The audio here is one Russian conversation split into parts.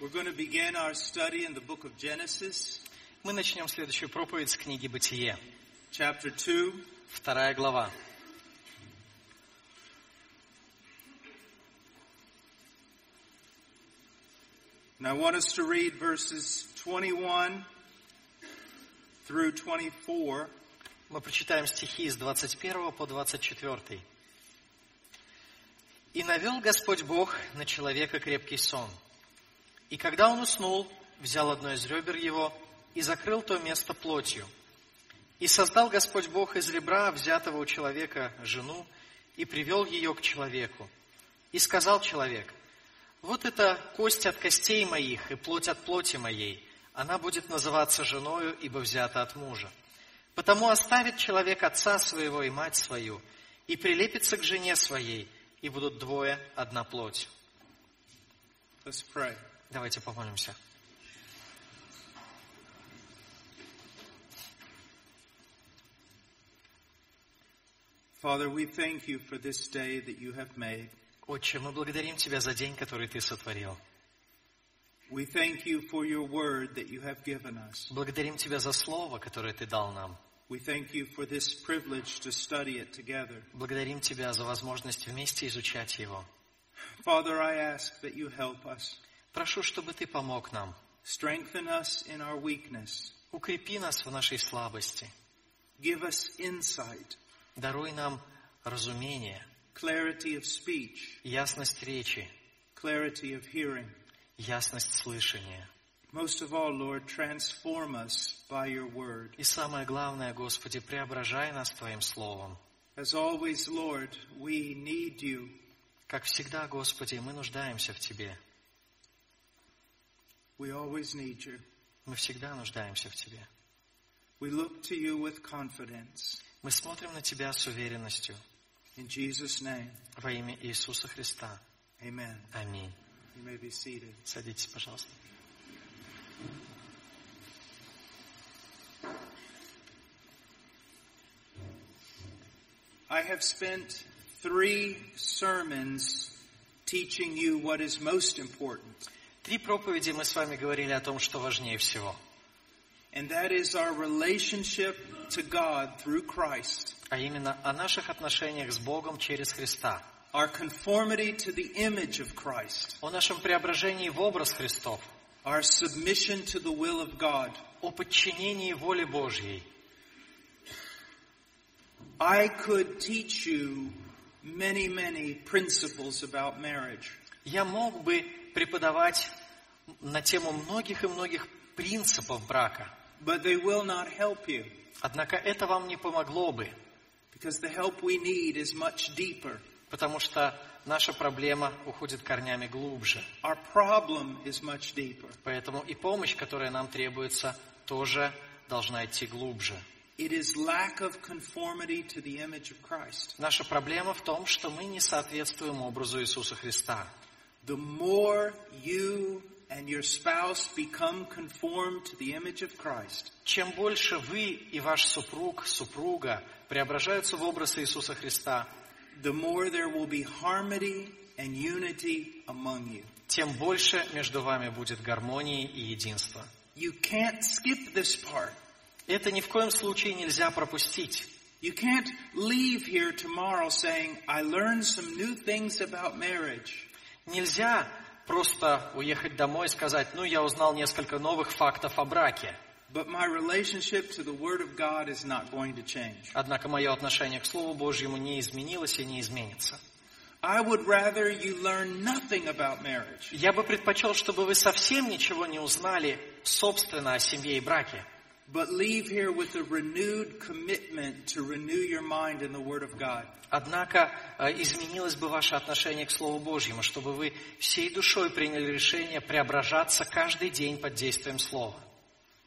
We're going to begin our study in the book of Genesis, Мы начнем следующую проповедь с книги «Бытие», chapter 2. вторая глава. And I want us to read verses 21 through 24. Мы прочитаем стихи с 21 по 24. «И навел Господь Бог на человека крепкий сон. И когда он уснул, взял одно из ребер его и закрыл то место плотью. И создал Господь Бог из ребра, взятого у человека, жену, и привел ее к человеку. И сказал человек, «Вот это кость от костей моих и плоть от плоти моей. Она будет называться женою, ибо взята от мужа. Потому оставит человек отца своего и мать свою, и прилепится к жене своей, и будут двое одна плоть». Let's pray. Давайте помолимся. Father, we thank you for this day that you have made. Отче, мы благодарим Тебя за день, который Ты сотворил. We thank you for your word that you have given us. Благодарим Тебя за Слово, которое Ты дал нам. We thank you for this privilege to study it together. Благодарим Тебя за возможность вместе изучать его. Father, I ask that you help us. Прошу, чтобы Ты помог нам. Strengthen us in our weakness. Укрепи нас в нашей слабости. Give us insight, Даруй нам разумение, clarity of speech, ясность речи, clarity of hearing. ясность слышания. Most of all, Lord, transform us by your word. И самое главное, Господи, преображай нас Твоим Словом. As always, Lord, we need you. Как всегда, Господи, мы нуждаемся в Тебе. We always need you. Мы всегда нуждаемся в Тебе. We look to you with confidence. Мы смотрим на Тебя с уверенностью. In Jesus' name, Во имя Иисуса Христа. amen. Аминь. You may be seated. Садитесь, пожалуйста. I have spent three sermons teaching you what is most important, Три проповеди мы с вами говорили о том, что важнее всего. and that is our relationship to God through Christ, а именно о наших отношениях с Богом через Христа, our conformity to the image of Christ, о нашем преображении в образ Христов, our submission to the will of God. о подчинении воле Божьей. I could teach you many, many principles about marriage, Я мог бы преподавать на тему многих и многих принципов брака, but they will not help you однако это вам не помогло бы, because the help we need is much deeper. потому что наша проблема уходит корнями глубже. Our problem is much deeper. Поэтому и помощь, которая нам требуется, тоже должна идти глубже. It is lack of conformity to the image of Christ. Наша проблема в том, что мы не соответствуем образу Иисуса Христа. The more you and your spouse become conformed to the image of Christ, Чем больше вы и ваш супруг, супруга преображаются в образ Иисуса Христа, the more there will be harmony and unity among you. тем больше между вами будет гармонии и единства. You can't skip this part. Это ни в коем случае нельзя пропустить. You can't leave here tomorrow saying, I learned some new things about marriage. Нельзя просто уехать домой и сказать, ну, я узнал несколько новых фактов о браке, But my relationship to the Word of God is not going to change. однако мое отношение к Слову Божьему не изменилось и не изменится. I would rather you learn nothing about marriage Я бы предпочел, чтобы вы совсем ничего не узнали, собственно, о семье и браке, But leave here with a renewed commitment to renew your mind in the Word of God. Однако э, изменилось бы ваше отношение к Слову Божьему, чтобы вы всей душой приняли решение преображаться каждый день под действием Слова,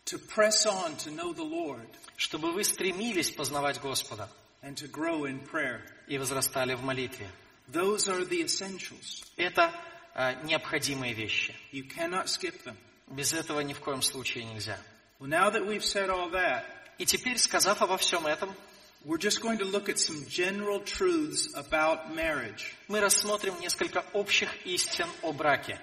To press on to know the Lord чтобы вы стремились познавать Господа and to grow in prayer. и возрастали в молитве. Those are the essentials. Это э, необходимые вещи. You cannot skip them. Без этого ни в коем случае нельзя. Well, now that we've said all that, И теперь, сказав обо всем этом, we're just going to look at some general truths about marriage. мы рассмотрим несколько общих истин о браке.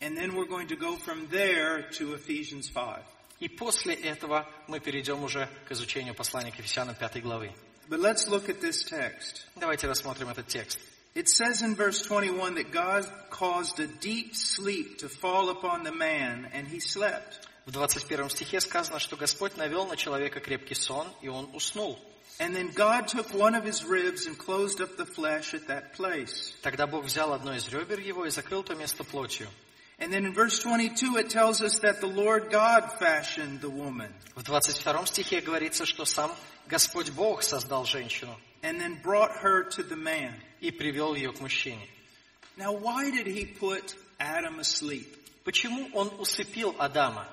And then we're going to go from there to Ephesians 5. И после этого мы перейдем уже к изучению послания к Ефесянам 5 главы. But let's look at this text. Давайте рассмотрим этот текст. It says in verse 21 that God caused a deep sleep to fall upon the man, and he slept. В 21 стихе сказано, что Господь навел на человека крепкий сон, и он уснул. And then God took one of his ribs and closed up the flesh at that place. Тогда Бог взял одно из ребер его и закрыл то место плотью. And then in verse 22, it tells us that the Lord God fashioned the woman В 22 стихе говорится, что сам Господь Бог создал женщину and then brought her to the man. и привел ее к мужчине. Now, why did he put Adam asleep? Почему он усыпил Адама?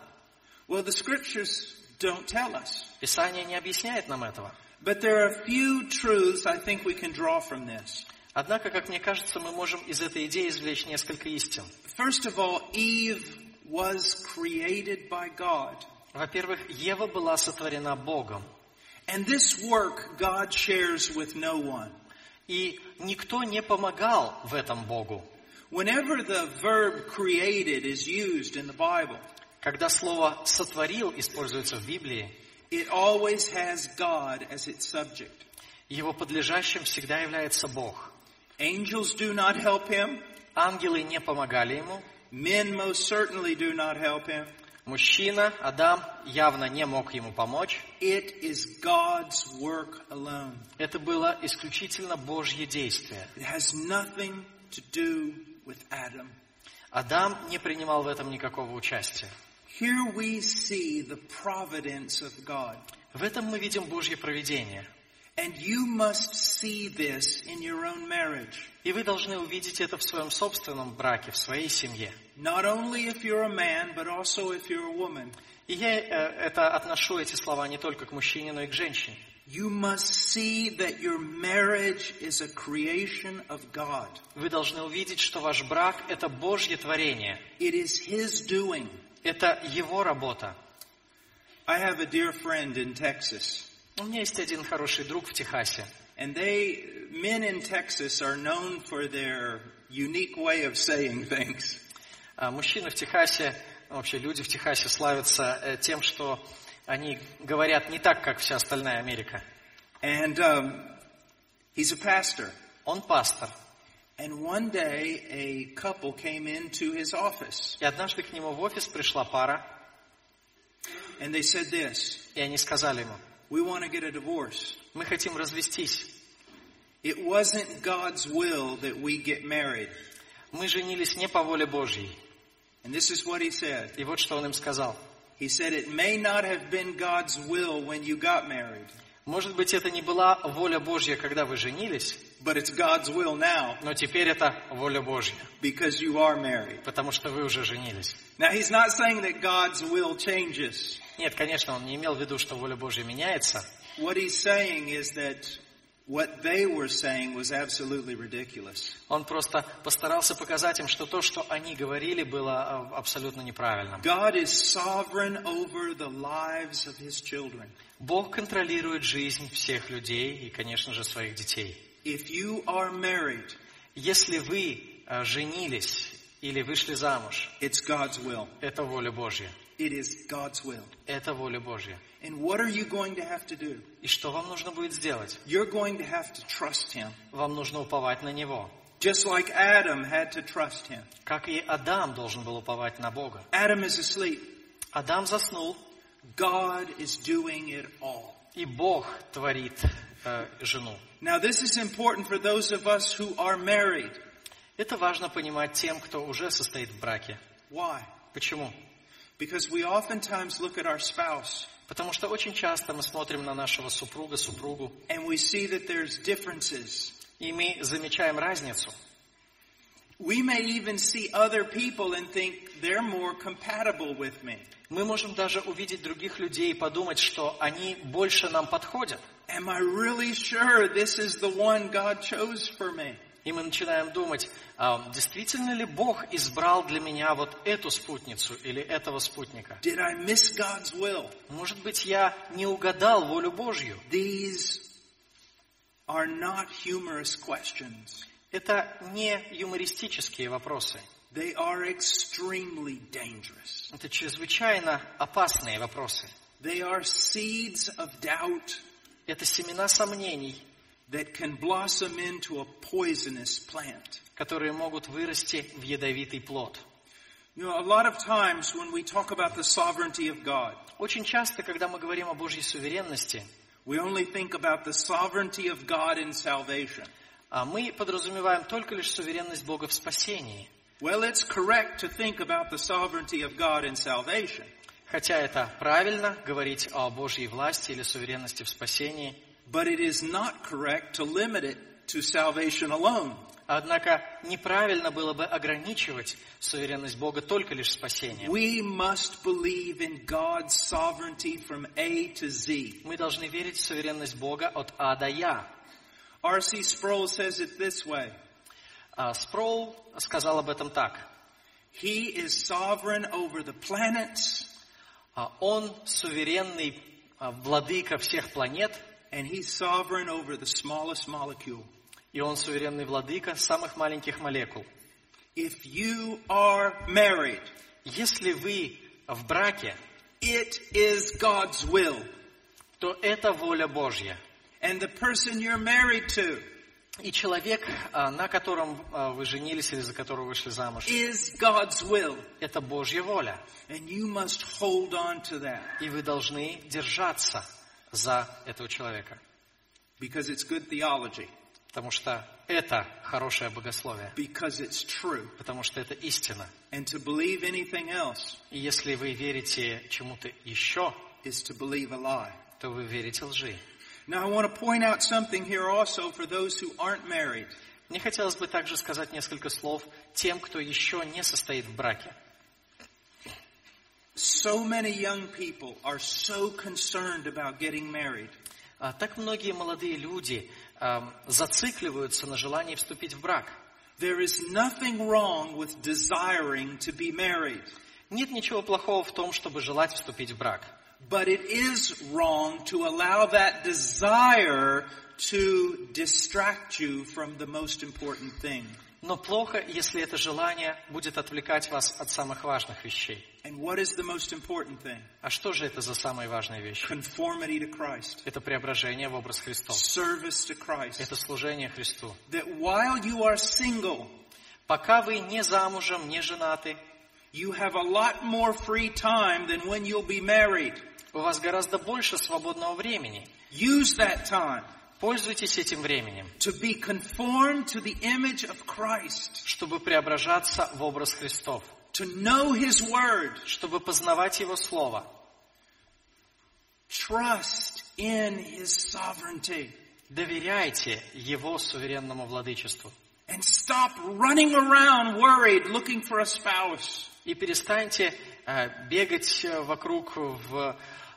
Well, the scriptures don't tell us. Писание не объясняет нам этого. But there are a few truths I think we can draw from this. Однако, как мне кажется, мы можем из этой идеи извлечь несколько истин. First of all, Eve was created by God. Во-первых, Ева была сотворена Богом, And this work God shares with no one. и никто не помогал в этом Богу. Whenever the verb created is used in the Bible, Когда слово «сотворил» используется в Библии, it always has God as its subject. его подлежащим всегда является Бог. Angels do not help him. Ангелы не помогали ему, Men most certainly do not help him. мужчина, Адам, явно не мог ему помочь. It is God's work alone. Это было исключительно Божье действие. It has nothing to do with Adam. Адам не принимал в этом никакого участия. Here we see the providence of God. В этом мы видим Божье провидение. And you must see this in your own marriage. И вы должны увидеть это в своем собственном браке, в своей семье. Not only if you're a man, but also if you're a woman. И я э, это отношу эти слова не только к мужчине, но и к женщине. You must see that your marriage is a creation of God. Вы должны увидеть, что ваш брак – это Божье творение. It is His doing. Это Его работа. I have a dear friend in Texas, У меня есть один хороший друг в Техасе. and they, men in Texas are known for their unique way of saying things. А Мужчины в Техасе, ну, вообще люди в Техасе славятся э, тем, что они говорят не так, как вся остальная Америка. And um, he's a pastor. Он пастор. And one day, a couple came into his office, И однажды к нему в офис пришла пара, and they said this, и они сказали ему, we want to get a divorce. мы хотим развестись. It wasn't God's will that we get married. Мы женились не по воле Божьей. And this is what he said. И вот что он им сказал. He said, It may not have been God's will when you got married, Может быть, это не была воля Божья, когда вы женились, but it's God's will now но теперь это воля Божья, because you are married. потому что вы уже женились. Now, he's not saying that God's will changes. Нет, конечно, он не имел в виду, что воля Божья меняется. What he's saying is that what they were saying was absolutely ridiculous. Он просто постарался показать им, что то, что они говорили, было э, абсолютно неправильным. God is sovereign over the lives of his children. Бог контролирует жизнь всех людей и, конечно же, своих детей. If you are married, Если вы э, женились или вышли замуж, it's God's will. это воля Божья. It is God's will. Это воля Божья. And what are you going to have to do? И что вам нужно будет сделать? You're going to have to trust him. Вам нужно уповать на Него. Just like Adam had to trust him. Как и Адам должен был уповать на Бога. Adam is asleep. Адам заснул, God is doing it all. и Бог творит э, жену. Now, this is important for those of us who are married. Это важно понимать тем, кто уже состоит в браке. Why? Почему? Because we oftentimes look at our spouse Потому что очень часто мы смотрим на нашего супруга, супругу, and we see that there's differences. и мы замечаем разницу. We may even see other people and think they're more compatible with me. Мы можем даже увидеть других людей и подумать, что они больше нам подходят. Am I really sure this is the one God chose for me? И мы начинаем думать, а действительно ли Бог избрал для меня вот эту спутницу или этого спутника? Did I miss God's will? Может быть, я не угадал волю Божью? These are not humorous questions. Это не юмористические вопросы. They are extremely dangerous. Это чрезвычайно опасные вопросы. They are seeds of doubt Это семена сомнений, that can blossom into a poisonous plant. которые могут вырасти в ядовитый плод. You know, a lot of times when we talk about the sovereignty of God, Очень часто, когда мы говорим о Божьей суверенности, we only think about the sovereignty of God in salvation. а мы подразумеваем только лишь суверенность Бога в спасении. Well, it's correct to think about the sovereignty of God in salvation, Хотя это правильно говорить о Божьей власти или суверенности в спасении, but it is not correct to limit it to salvation alone. однако неправильно было бы ограничивать суверенность Бога только лишь спасением. We must believe in God's sovereignty from A to Z. Мы должны верить в суверенность Бога от А до Я. R.C. Sproul says it this way А Спроул сказал об этом так. He is sovereign over the planets, А Он суверенный а, владыка всех планет, and he's sovereign over the smallest molecule. и Он суверенный владыка самых маленьких молекул. If you are married, Если вы в браке, it is God's will. то это воля Божья. And the person you're married to И человек, а, на котором а, вы женились или за которого вышли замуж, is God's will. это Божья воля. And you must hold on to that И вы должны держаться за этого человека. because it's good theology, Потому что это хорошее богословие. because it's true. Потому что это истина. And to believe anything else И если вы верите чему-то еще, is to believe a lie. то вы верите лжи. Now, I want to point out something here also for those who aren't married. Мне хотелось бы также сказать несколько слов тем, кто еще не состоит в браке. So many young people are so concerned about getting married. А Так многие молодые люди эм, зацикливаются на желании вступить в брак. There is nothing wrong with desiring to be married, Нет ничего плохого в том, чтобы желать вступить в брак. but it is wrong to allow that desire to distract you from the most important thing. Но плохо, если это желание будет отвлекать вас от самых важных вещей. And what is the most important thing? А что же это за самые важные вещи? Conformity to Christ, Это преображение в образ Христов. service to Christ. Это служение Христу. That while you are single, Пока вы не замужем, не женаты, You have a lot more free time than when you'll be married. у вас гораздо больше свободного времени. Use that time Пользуйтесь этим временем, to be conformed to the image of Christ, чтобы преображаться в образ Христов, to know His Word. чтобы познавать Его Слово, Trust in His sovereignty Доверяйте Его суверенному владычеству. and stop running around worried looking for a spouse. И перестаньте э, бегать э, вокруг в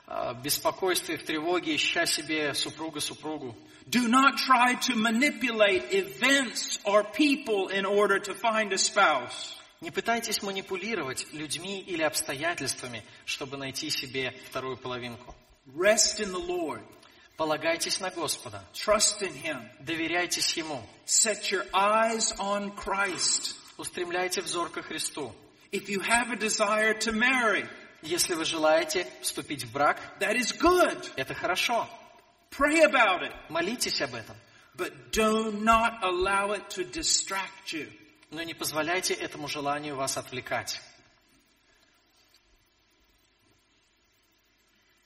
э, беспокойстве, в тревоге, ища себе супруга, супругу. Do not try to manipulate events or people in order to find a spouse. Не пытайтесь манипулировать людьми или обстоятельствами, чтобы найти себе вторую половинку. Rest in the Lord. Полагайтесь на Господа, Trust in Him. доверяйтесь Ему, Set your eyes on Christ. устремляйте взор ко Христу. If you have a desire to marry, Если вы желаете вступить в брак, that is good. это хорошо. Pray about it. Молитесь об этом. But do not allow it to distract you. Но не позволяйте этому желанию вас отвлекать.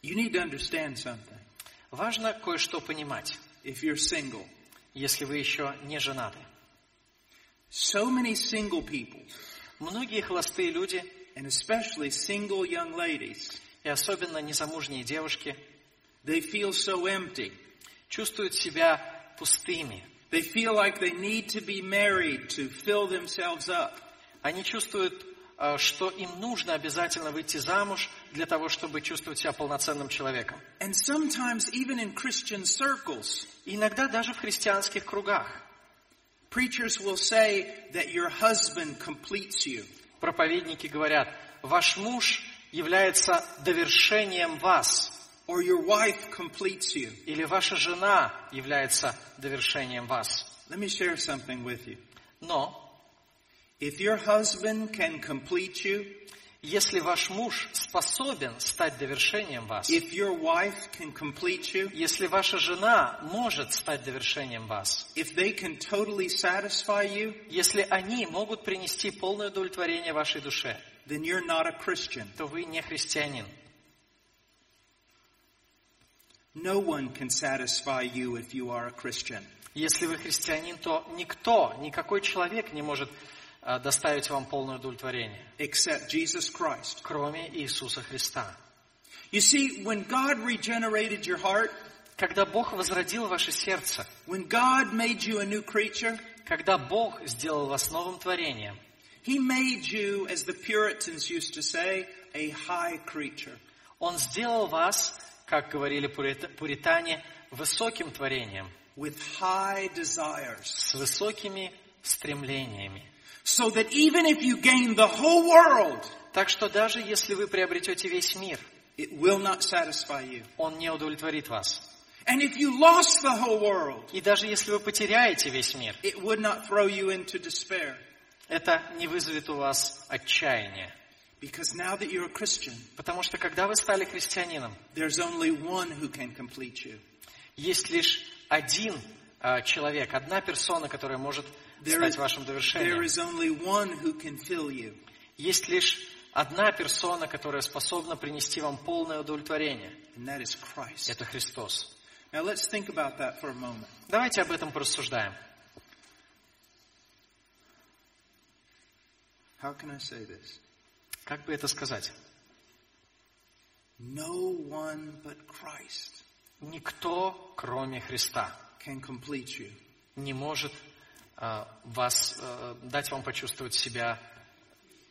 You need to understand something. Важно кое-что понимать, If you're single, если вы еще не женаты. so many single people, Многие холостые люди, and especially single young ladies, и особенно незамужние девушки, they feel so empty. чувствуют себя пустыми. They feel like they need to be married to fill themselves up. Они чувствуют, э, что им нужно обязательно выйти замуж для того, чтобы чувствовать себя полноценным человеком. And sometimes, even in Christian circles, И иногда даже в христианских кругах preachers will say that your husband completes you. проповедники говорят, ваш муж является довершением вас, or your wife completes you. или ваша жена является довершением вас. Let me share something with you. Но If your husband can complete you, Если ваш муж способен стать довершением вас, if your wife can complete you, если ваша жена может стать довершением вас, if they can totally satisfy you, если они могут принести полное удовлетворение вашей душе, then you're not a Christian. то вы не христианин. No one can satisfy you if you are a Christian. Если вы христианин, то никто, никакой человек не может э, доставить вам полное удовлетворение, except Jesus Christ. кроме Иисуса Христа. You see, when God regenerated your heart, Когда Бог возродил ваше сердце, when God made you a new creature, когда Бог сделал вас новым творением, He made you, as the Puritans used to say, a high creature. Он сделал вас, как говорили пурит- пуритане, высоким творением, with high desires. с высокими стремлениями. So that even if you gain the whole world, Так что даже если вы приобретете весь мир, it will not satisfy you. он не удовлетворит вас. And if you lost the whole world, И даже если вы потеряете весь мир, it would not throw you into despair. это не вызовет у вас отчаяния. Because now that you're a Christian, Потому что когда вы стали христианином, there's only one who can complete you. есть лишь один э, человек, одна персона, которая может There стать is, вашим there довершением. is only one who can fill you. Есть лишь одна персона, которая способна принести вам полное удовлетворение. And that is Christ. Это Христос. Now let's think about that for a moment. Давайте об этом порассуждаем. How can I say this? Как бы это сказать? No one but Christ Никто, кроме Христа, can complete you. не может э, вас, э, дать вам почувствовать себя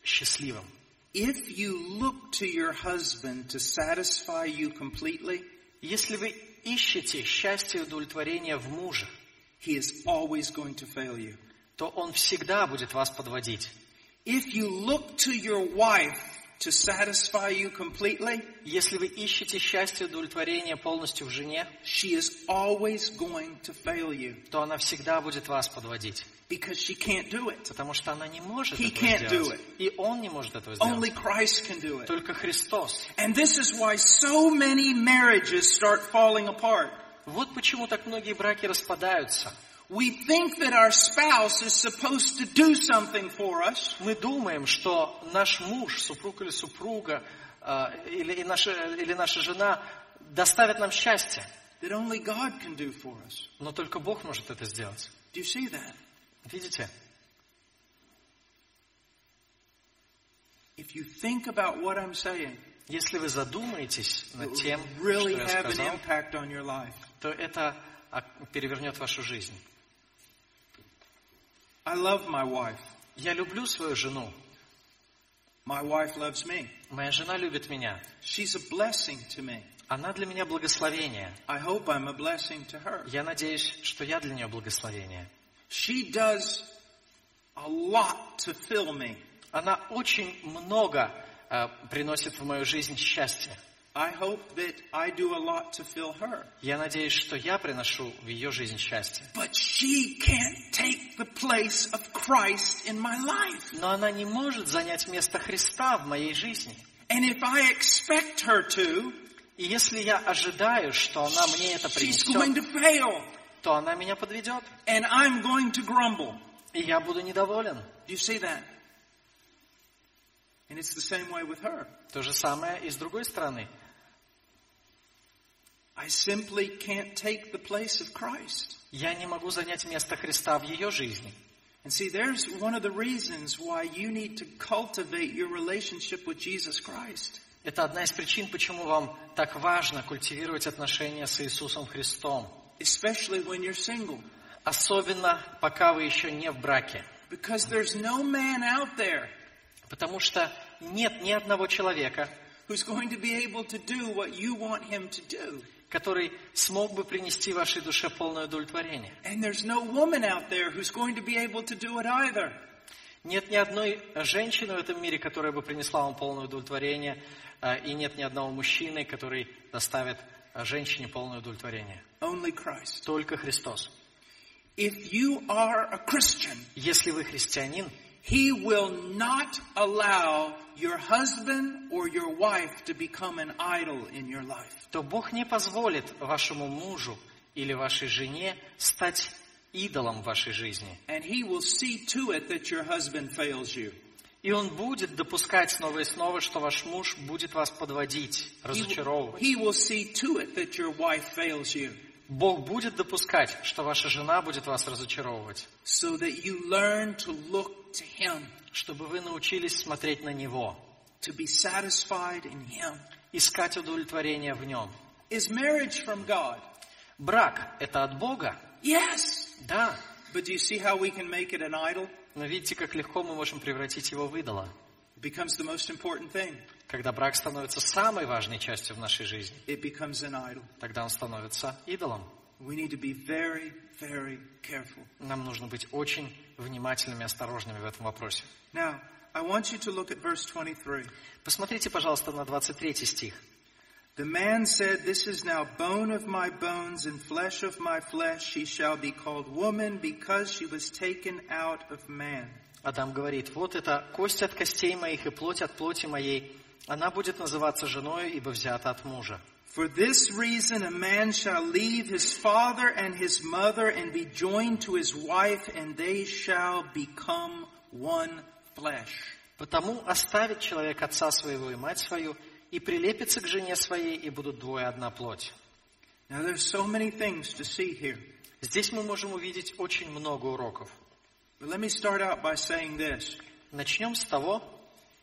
счастливым. If you look to your husband to satisfy you completely, Если вы ищете счастье и удовлетворение в муже, he is always going to fail you. то он всегда будет вас подводить. If you look to your wife to satisfy you completely, Если вы ищете счастье и удовлетворение полностью в жене, she is always going to fail you то она всегда будет вас подводить, because she can't do it. потому что она не может He этого can't do сделать. И он не может этого сделать. Only Christ can do it. Только Христос. And this is why so many marriages start falling apart. Вот почему так многие браки распадаются. We think that our spouse is supposed to do something for us, Мы думаем, что наш муж, супруг или супруга, э, или, и наша, или наша жена доставят нам счастье. that only God can do for us. Но только Бог может это сделать. Do you see that? Видите? If you think about what I'm saying, Если вы задумаетесь над it тем, will really что я have an сказал, impact on your life. то это а, перевернет вашу жизнь. I love my wife. Я люблю свою жену. My wife loves me. Моя жена любит меня. She's a blessing to me. Она для меня благословение. I hope I'm a blessing to her. Я надеюсь, что я для нее благословение. She does a lot to fill me. Она очень много э, приносит в мою жизнь счастья. I hope that I do a lot to fill her. Я надеюсь, что я приношу в ее жизнь счастье. But she can't take the place of Christ in my life. Но она не может занять место Христа в моей жизни. And if I expect her to, И если я ожидаю, что она мне это she's going принесет, to fail. то она меня подведет. And I'm going to grumble. И я буду недоволен. Do you see that? And it's the same way with her. То же самое и с другой стороны. I simply can't take the place of Christ. Я не могу занять место Христа в ее жизни. And see, there's one of the reasons why you need to cultivate your relationship with Jesus Christ. Это одна из причин, почему вам так важно культивировать отношения с Иисусом Христом. Especially when you're single. Особенно, пока вы еще не в браке. Because there's no man out there Потому что нет ни одного человека, who's going to be able to do what you want him to do. который смог бы принести вашей душе полное удовлетворение. And there's no woman out there who's going to be able to do it either. Нет ни одной женщины в этом мире, которая бы принесла вам полное удовлетворение, э, и нет ни одного мужчины, который доставит э, женщине полное удовлетворение. Only Christ. Только Христос. If you are a Christian, Если вы христианин, He will not allow your husband or your wife to become an idol in your life. то Бог не позволит вашему мужу или вашей жене стать идолом в вашей жизни. And he will see to it that your husband fails you. И он будет допускать снова и снова, что ваш муж будет вас подводить, He will- разочаровывать. he will see to it that your wife fails you. Бог будет допускать, что ваша жена будет вас разочаровывать, so that you learn to look to Him, чтобы вы научились смотреть на Него, to be satisfied in Him. искать удовлетворение в Нем. Is marriage from God? Брак – это от Бога? Yes. Да. But do you see how we can make it an idol? Но видите, как легко мы можем превратить его в идола, It becomes the most important thing. когда брак становится самой важной частью в нашей жизни. It becomes an idol. Тогда он становится идолом. We need to be very, very careful. Нам нужно быть очень внимательными и осторожными в этом вопросе. Now, I want you to look at verse 23. Посмотрите, пожалуйста, на 23 стих. The man said, This is now bone of my bones and flesh of my flesh. She shall be called woman because she was taken out of man. Адам говорит, вот это кость от костей моих и плоть от плоти моей. Она будет называться женою, ибо взята от мужа. For this reason a man shall leave his father and his mother and be joined to his wife and they shall become one flesh. Потому оставит человек отца своего и мать свою, и прилепится к жене своей, и будут двое одна плоть. Now there's so many things to see here. Здесь мы можем увидеть очень много уроков. But let me start out by saying this. Начнем с того,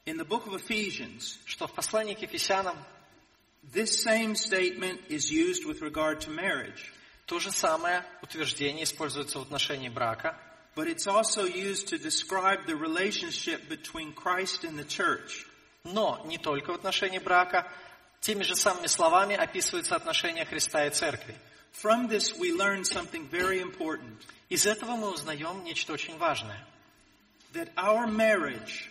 In the book of Ephesians, что в послании к Ефесянам this same statement is used with regard to marriage, то же самое утверждение используется в отношении брака, but it's also used to describe the relationship between Christ and the church. но не только в отношении брака. Теми же самыми словами описываются отношения Христа и Церкви. From this we learn something very important, Из этого мы узнаем нечто очень важное, that our marriage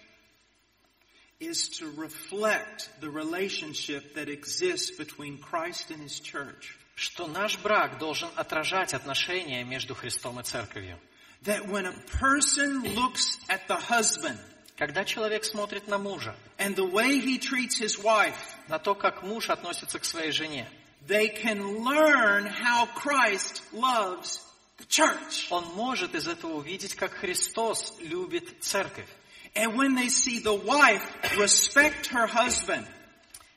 is to reflect the relationship that exists between Christ and His church. что наш брак должен отражать отношения между Христом и Церковью. That when a person looks at the husband Когда человек смотрит на мужа, and the way he treats his wife, на то, как муж относится к своей жене, they can learn how Christ loves the church. он может из этого увидеть, как Христос любит Церковь. And when they see the wife respect her husband,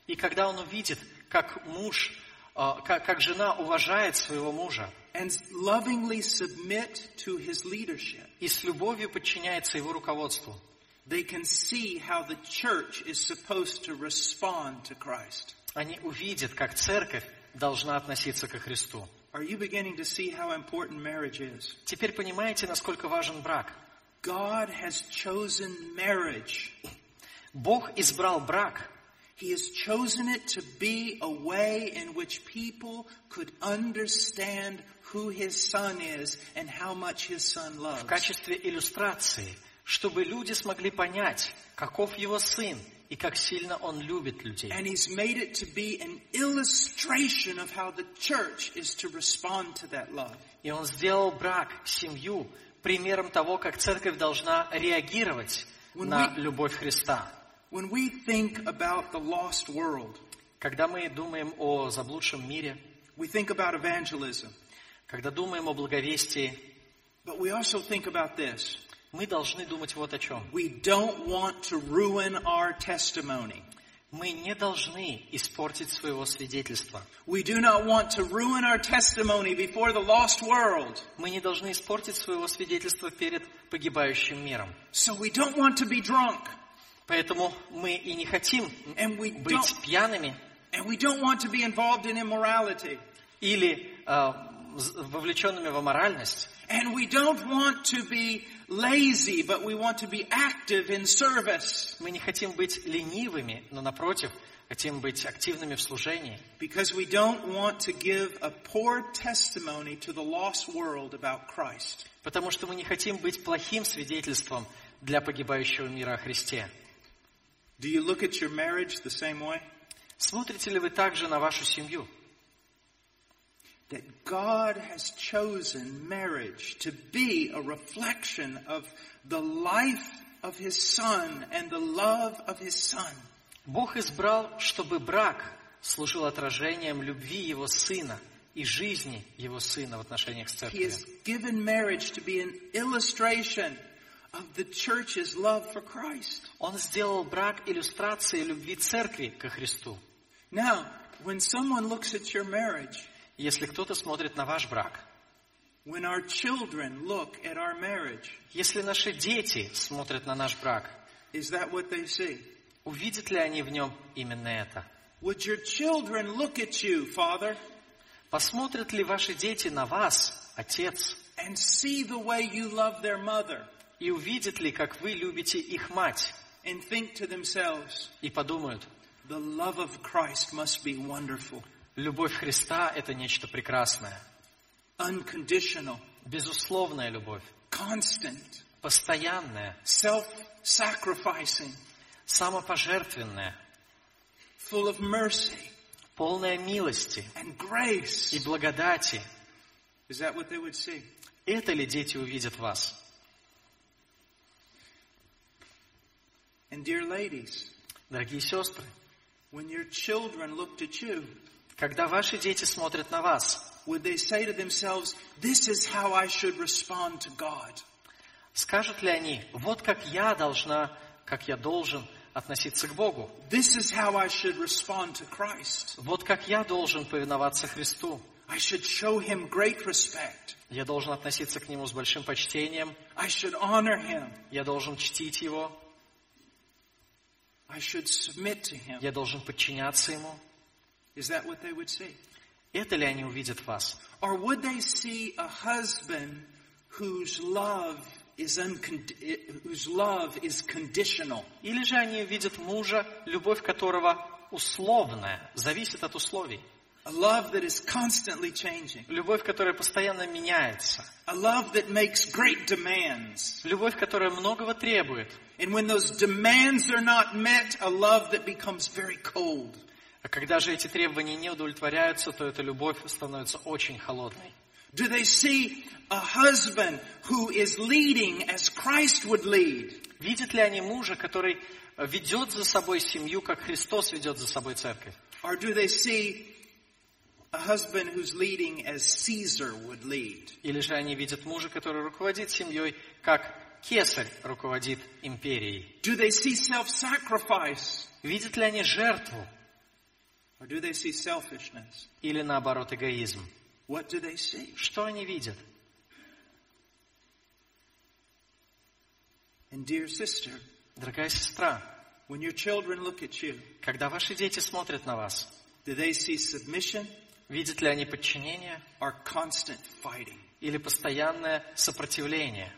И когда он увидит, как муж, э, как, как жена уважает своего мужа and lovingly submit to his leadership, и с любовью подчиняется его руководству, they can see how the church is supposed to respond to Christ. они увидят, как Церковь должна относиться ко Христу. Are you beginning to see how important marriage is? Теперь понимаете, насколько важен брак. God has chosen marriage. Бог избрал брак. He has chosen it to be a way in which people could understand who His Son is and how much His Son в loves. качестве иллюстрации, чтобы люди смогли понять, каков его сын и как сильно он любит людей. And He's made it to be an illustration of how the church is to respond to that love. И он сделал брак, семью, примером того, как церковь должна реагировать When на we- любовь Христа. When we think about the lost world, Когда мы думаем о заблудшем мире, we think about evangelism. когда думаем о благовестии, But we also think about this. мы должны думать вот о чем. We don't want to ruin our testimony. Мы не должны испортить своего свидетельства. We do not want to ruin our testimony before the lost world. Мы не должны испортить своего свидетельства перед погибающим миром. So we don't want to be drunk. Поэтому мы и не хотим And we don't, быть пьяными and we don't want to be involved in immorality. или э, з- вовлеченными в аморальность. And we don't want to be lazy, but we want to be active in service Мы не хотим быть ленивыми, но напротив, хотим быть активными в служении, because we don't want to give a poor testimony to the lost world about Christ. потому что мы не хотим быть плохим свидетельством для погибающего мира о Христе. Do you look at your marriage the same way? Смотрите ли вы также на вашу семью? that God has chosen marriage to be a reflection of the life of his son and the love of his son. Бог избрал, чтобы брак служил отражением любви Его Сына и жизни Его Сына в отношениях с He Церковью. has given marriage to be an illustration of the church's love for Christ. Он сделал брак иллюстрацией любви Церкви ко Христу. Now, when someone looks at your marriage, Если кто-то смотрит на ваш брак, when our children look at our marriage, если наши дети смотрят на наш брак, is that what they see? увидят ли они в нем именно это? Would your children look at you, Father, Посмотрят ли ваши дети на вас, Отец, and see the way you love their mother и увидят ли, как вы любите их мать, and think to themselves, и подумают, the love of Christ must be wonderful, любовь Христа – это нечто прекрасное, unconditional, безусловная любовь, constant, постоянная, self-sacrificing, самопожертвенная, full of mercy полная милости and и grace. благодати. Is that what they would see? Это ли дети увидят вас? And dear ladies, Дорогие сестры, when your children looked at you, когда ваши дети смотрят на вас, would they say to themselves, this is how I should respond to God? скажут ли они, вот как я должна, как я должен относиться к Богу, This is how I should respond to Christ. вот как я должен повиноваться Христу, I should show him great respect. я должен относиться к Нему с большим почтением, I should honor him. я должен чтить Его, I should submit to him. я должен подчиняться Ему. Is that what they would see? Это ли они увидят вас? Or would they see a husband whose love is uncond- whose love is conditional? Или же они увидят мужа, любовь которого условная, зависит от условий. A love that is constantly changing. Любовь, которая постоянно меняется. A love that makes great demands. Любовь, которая многого требует. And when those demands are not met, a love that becomes very cold. А когда же эти требования не удовлетворяются, то эта любовь становится очень холодной. Do they see a husband who is leading as Christ would lead? Видят ли они мужа, который ведет за собой семью, как Христос ведет за собой церковь? Or do they see a husband who's leading as Caesar would lead? Или же они видят мужа, который руководит семьей, как кесарь руководит империей? Do they see self-sacrifice? Видят ли они жертву Or do they see selfishness? или наоборот эгоизм? What do they see? Что они видят? And dear sister, Дорогая сестра, when your children look at you, когда ваши дети смотрят на вас, do they see submission видят ли они подчинение or constant fighting? или постоянное сопротивление?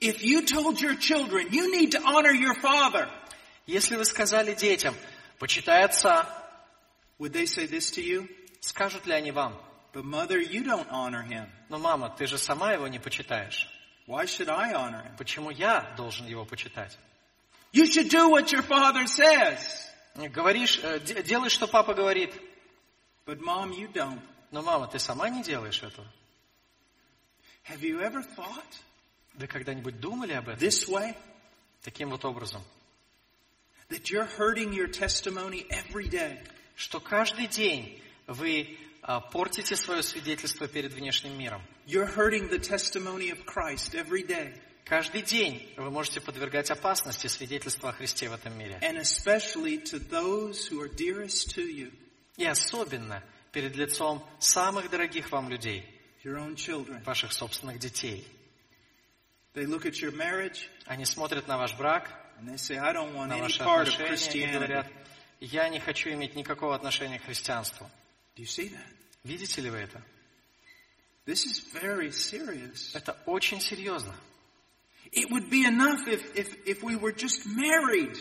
If you told your children, you need to honor your father, Если вы сказали детям, почитай отца, would they say this to you? скажут ли они вам, But mother, you don't honor him. но мама, ты же сама его не почитаешь. Why should I honor him? Почему я должен его почитать? You should do what your father says. Говоришь, э, де- делай, что папа говорит. But mom, you don't. Но, мама, ты сама не делаешь этого. Have you ever thought Вы когда-нибудь думали об этом? this way? Таким вот образом. That you're hurting your testimony every day. Что каждый день вы э, портите свое свидетельство перед внешним миром. You're hurting the testimony of Christ every day. Каждый день вы можете подвергать опасности свидетельства о Христе в этом мире. And especially to those who are dearest to you, И особенно перед лицом самых дорогих вам людей, your own children. ваших собственных детей. They look at your marriage Они смотрят на ваш брак, and they say, I don't want на any ваши part of отношения и Christianity. говорят, я не хочу иметь никакого отношения к христианству. Do you see that? Видите ли вы это? This is very serious. Это очень серьезно. It would be enough if, if, if we were just married.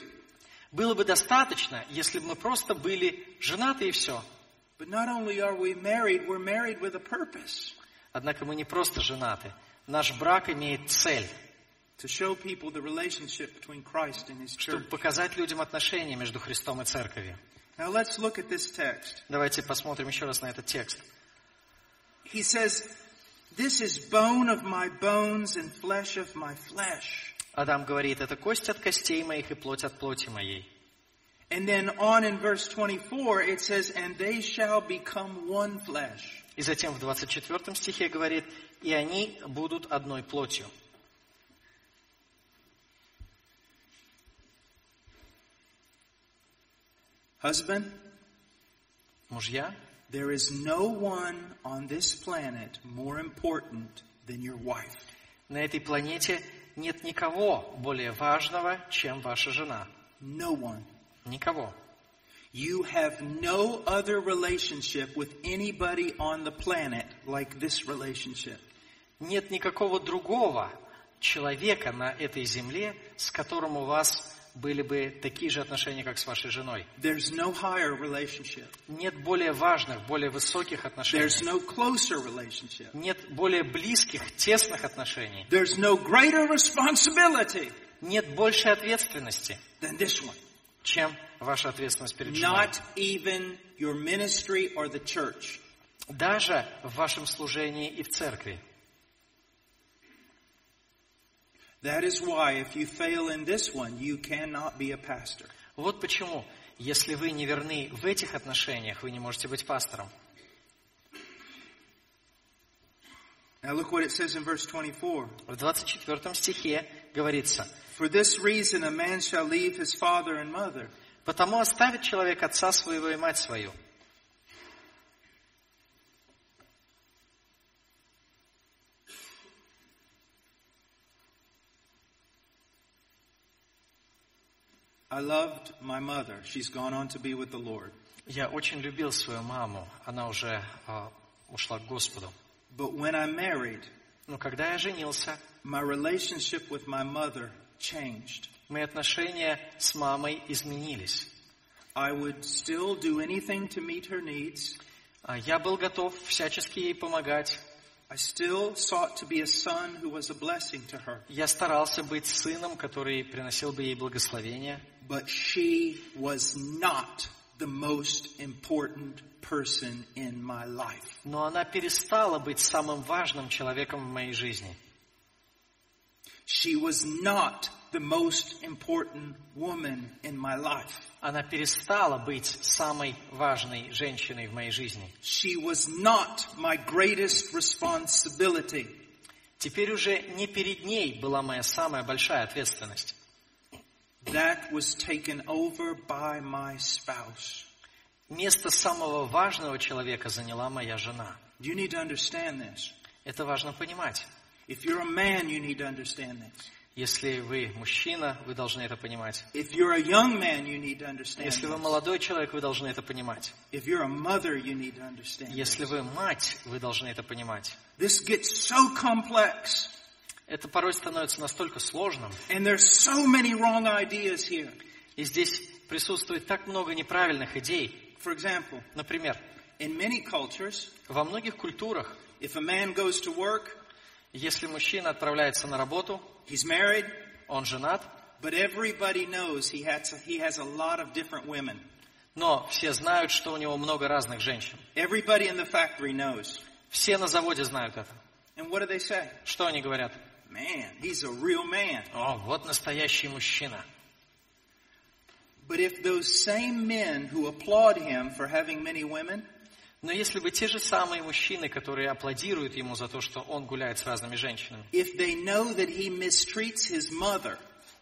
Было бы достаточно, если бы мы просто были женаты и все. But not only are we married, we're married with a purpose Однако мы не просто женаты. Nаш брак имеет цель, to show people the relationship between Christ and His чтобы church. показать людям отношения между Христом и Церковью. Now let's look at this text. Давайте посмотрим еще раз на этот текст. He says, This is bone of my bones and flesh of my flesh. Адам говорит, это кость от костей моих и плоть от плоти моей. And then on in verse 24, it says, And they shall become one flesh. И затем в 24 стихе говорит, и они будут одной плотью. Husband, Мужья, there is no one on this planet more important than your wife. на этой планете нет никого более важного, чем ваша жена. No one. Никого. You have no other relationship with anybody on the planet like this relationship. Нет никакого другого человека на этой земле, с которым у вас были бы такие же отношения, как с вашей женой. There's no higher relationship. Нет более важных, более высоких There's отношений. no closer relationship. Нет более близких, тесных отношений. There's no greater responsibility Нет большей ответственности, than this one. чем ваша ответственность перед женой. Not even your ministry or the church. Даже в вашем служении и в церкви. That is why if you fail in this one, you cannot be a pastor. Вот почему, если вы не верны в этих отношениях, вы не можете быть пастором. Now look what it says in verse 24. В 24 стихе говорится, For this reason a man shall leave his father and mother. «Потому оставит человек отца своего и мать свою». I loved my mother. She's gone on to be with the Lord. Я очень любил свою маму, она уже а, ушла к Господу. But when I married, Но когда я женился, my relationship with my mother changed. мои отношения с мамой изменились. I would still do anything to meet her needs. А Я был готов всячески ей помогать. I still sought to be a son who was a blessing to her. Я старался быть сыном, который приносил бы ей благословение. But she was not the most important person in my life. Но она перестала быть самым важным человеком в моей жизни. She was not the most important woman in my life. Она перестала быть самой важной женщиной в моей жизни. She was not my greatest responsibility. Теперь уже не перед ней была моя самая большая ответственность. That was taken over by my spouse. Место самого важного человека заняла моя жена. You need to understand this. Это важно понимать. If you're a man, you need to understand this. Если вы мужчина, вы должны это понимать. If you're a young man, you need to understand Если вы this. молодой человек, вы должны это понимать. If you're a mother, you need to understand Если this. вы мать, вы должны это понимать. This gets so complex, Это порой становится настолько сложным. and there's so many wrong ideas here. И здесь присутствует так много неправильных идей. For example, Например, in many cultures, во многих культурах, if a man goes to work, если мужчина отправляется на работу, he's married, он женат, but everybody knows he has, he has a lot of different women. но все знают, что у него много разных женщин. Everybody in the factory knows. Все на заводе знают это. And what do they say? Что они говорят? Man, he's a real man. О, вот настоящий мужчина. But if those same men who applaud him for having many women Но если бы те же самые мужчины, которые аплодируют ему за то, что он гуляет с разными женщинами, if they know that he mistreats his mother,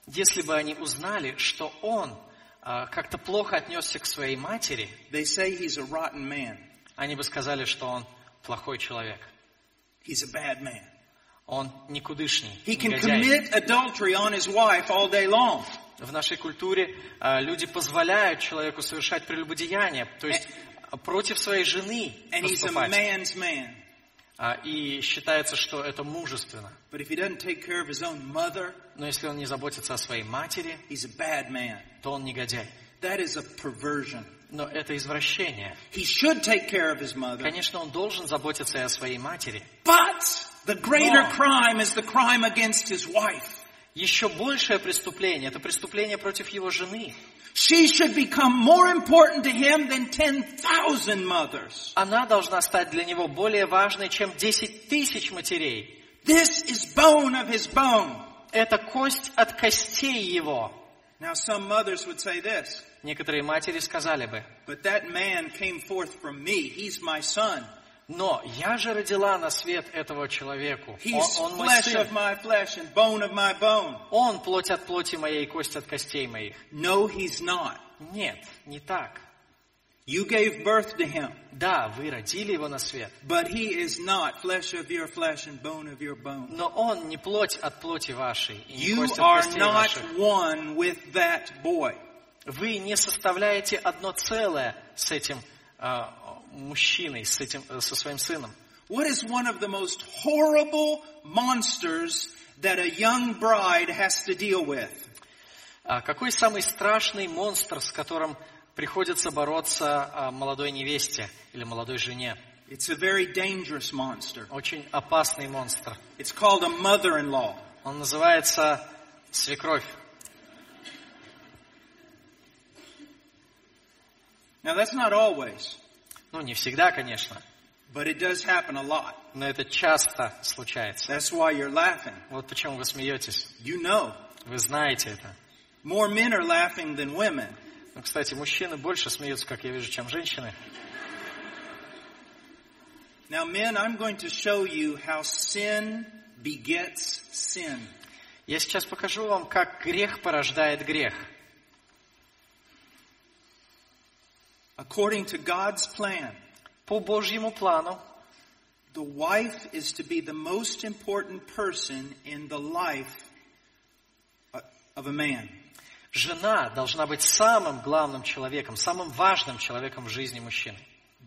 если бы они узнали, что он а, как-то плохо отнесся к своей матери, they say he's a rotten man. они бы сказали, что он плохой человек. He's a bad man. Он никудышный. He can негодяй. commit adultery on his wife all day long. В нашей культуре а, люди позволяют человеку совершать прелюбодеяние, то есть против своей жены And he's a поступать. man's man. А, и считается, что это мужественно. But if he doesn't take care of his own mother, Но если он не заботится о своей матери, he's a bad man. то он негодяй. That is a perversion. Но это извращение. He should take care of his mother. Конечно, он должен заботиться и о своей матери. But the greater No. crime is the crime against his wife. Еще большее преступление – это преступление против его жены. She should become more important to him than 10,000 mothers. Она должна стать для него более важной, чем 10 тысяч матерей. This is bone of his bone это кость от костей его. Now, some mothers would say this, Некоторые матери сказали бы, but that man came forth from me. He's my son. но я же родила на свет этого человеку. Он, He's он мой flesh сын. of my flesh and bone of my bone. Он плоть от плоти моей, кость от костей моих. No, he's not. Нет, не так. You gave birth to him, Да, вы родили его на свет, but he is not flesh of your flesh and bone of your bone. но он не плоть от плоти вашей и не You кость от are костей not ваших. one with that boy. Вы не составляете одно целое с этим а, мужчиной, с этим, э, со своим сыном. What is one of the most horrible monsters that a young bride has to deal with? А какой самый страшный монстр, с которым приходится бороться а, молодой невесте или молодой жене? It's a very dangerous monster. Очень опасный монстр. It's called a mother-in-law. Он называется свекровь. Now that's not always, Ну, не всегда, конечно, but it does happen a lot. но это часто случается. That's why you're laughing. Вот почему вы смеетесь. You know. Вы знаете это. More men are laughing than women. Ну, кстати, мужчины больше смеются, как я вижу, чем женщины. Now men, I'm going to show you how sin begets sin. Я сейчас покажу вам, как грех порождает грех. According to God's plan, По Божьему плану the wife is to be the most important person in the life uh, of a man. жена должна быть самым главным человеком, самым важным человеком в жизни мужчины.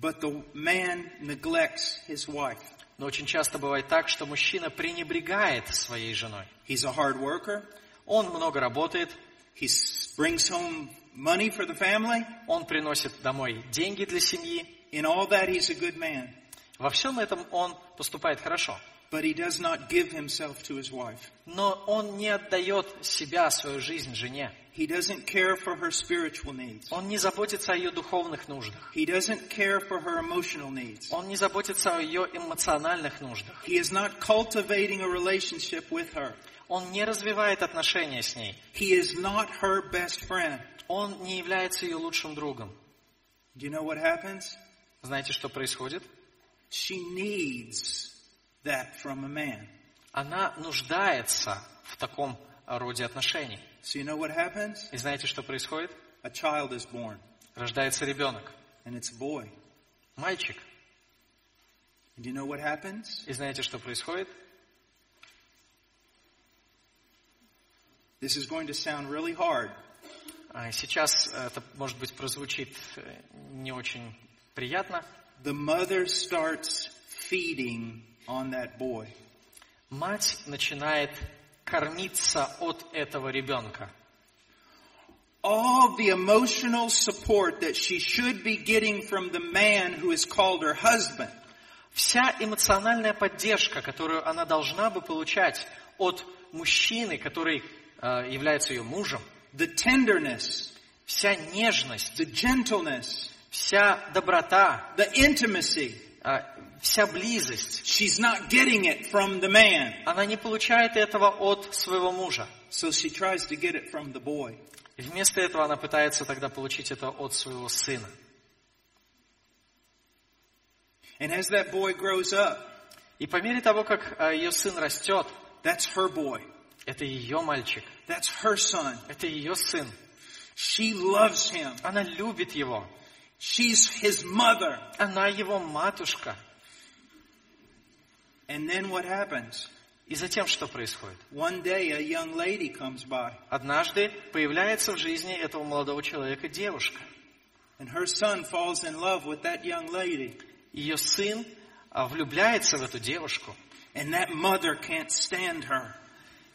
But the man neglects his wife. Но очень часто бывает так, что mужчина пренебрегает своей женой. He's a hard worker. Он много работает, He s- brings home money for the family. он приносит домой деньги для семьи. In all that, he's a good man. Во всем этом он поступает хорошо. But he does not give himself to his wife. Но он не отдает себя, свою жизнь жене. He doesn't care for her spiritual needs. Он не заботится о ее духовных нуждах. He doesn't care for her emotional needs. Он не заботится о ее эмоциональных нуждах. He is not cultivating a relationship with her. Он не развивает отношения с ней. He is not her best friend. Он не является ее лучшим другом. Do you know what happens? Знаете, что происходит? She needs that from a man. Она нуждается в таком роде отношений. So you know what happens? И знаете, что происходит? A child is born, Рождается ребенок, and it's a boy. мальчик. And do you know what happens? И знаете, что происходит? This is going to sound really hard, А, Сейчас это, может быть, прозвучит э, не очень приятно. The mother starts feeding on that boy. Мать начинает кормиться от этого ребенка. All the emotional support that she should be getting from the man who is called her husband Вся эмоциональная поддержка, которую она должна бы получать от мужчины, который э, является ее мужем, the tenderness, вся нежность, the gentleness, вся доброта, the intimacy. а, вся близость. She's not getting it from the man, Она не получает этого от своего мужа. so she tries to get it from the boy. И вместо этого она пытается тогда получить это от своего сына. And as that boy grows up, И по мере того, как а, ее сын растет, that's her boy. это ее мальчик, That's her son. это ее сын. She loves him. Она любит его. She's his mother. Она его матушка. And then what happens? И затем что происходит? One day a young lady comes by Однажды появляется в жизни этого молодого человека девушка. and her son falls in love with that young lady Ее сын а, влюбляется в эту девушку, and that mother can't stand her.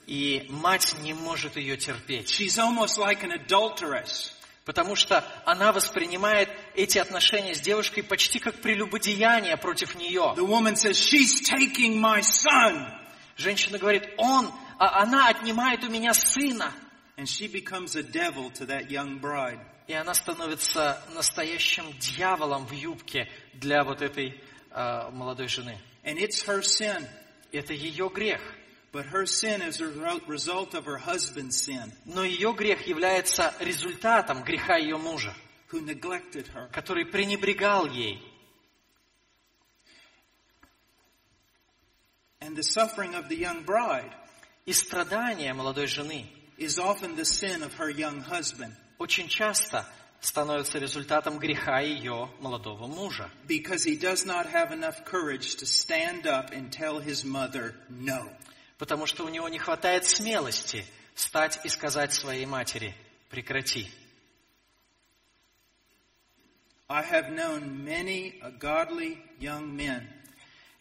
и мать не может ее терпеть. She's almost like an adulteress. Потому что она воспринимает эти отношения с девушкой почти как прелюбодеяние против нее. The woman says, she's taking my son. Женщина говорит, он, а она отнимает у меня сына. And she becomes a devil to that young bride. И она становится настоящим дьяволом в юбке для вот этой э, а, молодой жены. And it's her sin. Это ее грех. But her sin is a re- result of her husband's sin, Но ее грех является результатом греха ее мужа, who neglected her. который пренебрегал ей. And the suffering of the young bride И страдания молодой жены is often the sin of her young husband очень часто становятся результатом греха ее молодого мужа, because he does not have enough courage to stand up and tell his mother no. потому что у него не хватает смелости стать и сказать своей матери «прекрати». I have known many a godly young men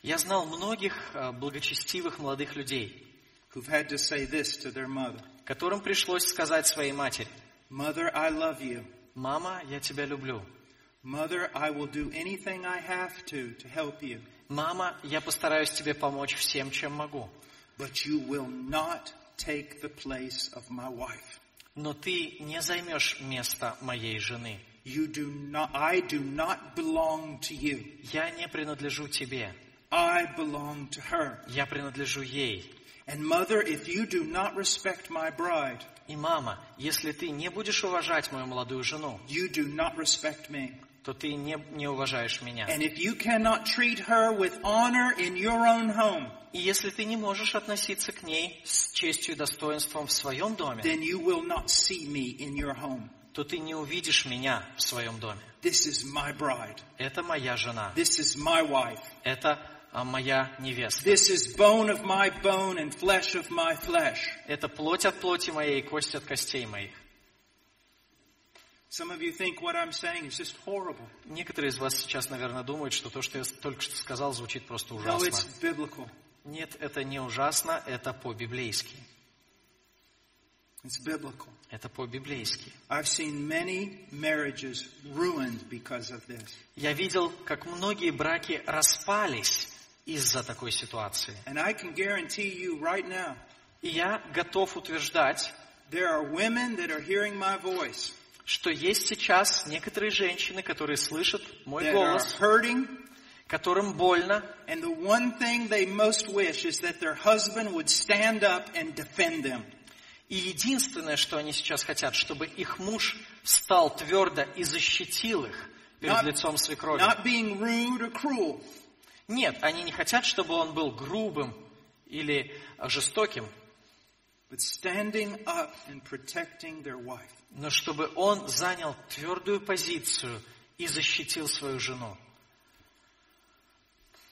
Я знал многих э, благочестивых молодых людей, who've had to say this to their mother которым пришлось сказать своей матери Mother, I love you. «мама, я тебя люблю», Mother, I will do anything I have to to help you, «мама, я постараюсь тебе помочь всем, чем могу, but you will not take the place of my wife. но ты не займешь место моей жены, You do not, I do not belong to you. я не принадлежу тебе, I belong to her. я принадлежу ей». And mother, if you do not respect my bride, И, мама, если ты не будешь уважать мою молодую жену, you do not respect me. то ты не, не уважаешь меня. And if you cannot treat her with honor in your own home, И если ты не можешь относиться к ней с честью и достоинством в своем доме, then you will not see me in your home. то ты не увидишь меня в своем доме. This is my bride. Это моя жена. This is my wife. Это а, моя невеста. This is bone of my bone and flesh of my flesh. Это плоть от плоти моей, и кость от костей моих. Some of you think what I'm saying is just horrible. Некоторые из вас сейчас, наверное, думают, что то, что я с- только что сказал, звучит просто No, it's ужасно. biblical. Нет, это не ужасно, это по-библейски. It's biblical. Это по-библейски. I've seen many marriages ruined because of this. Я видел, как многие браки распались из-за такой ситуации. And I can guarantee you right now, И я готов утверждать, there are women that are hearing my voice что есть сейчас некоторые женщины, которые слышат мой that are голос, hurting, которым больно, and the one thing they most wish is that their husband would stand up and defend them. и единственное, что они сейчас хотят, чтобы их муж встал твердо и защитил их перед Not- лицом свекрови. Not being rude or cruel, Нет, они не хотят, чтобы он был грубым или э, жестоким, but standing up and protecting their wife. но чтобы он занял твердую позицию и защитил свою жену.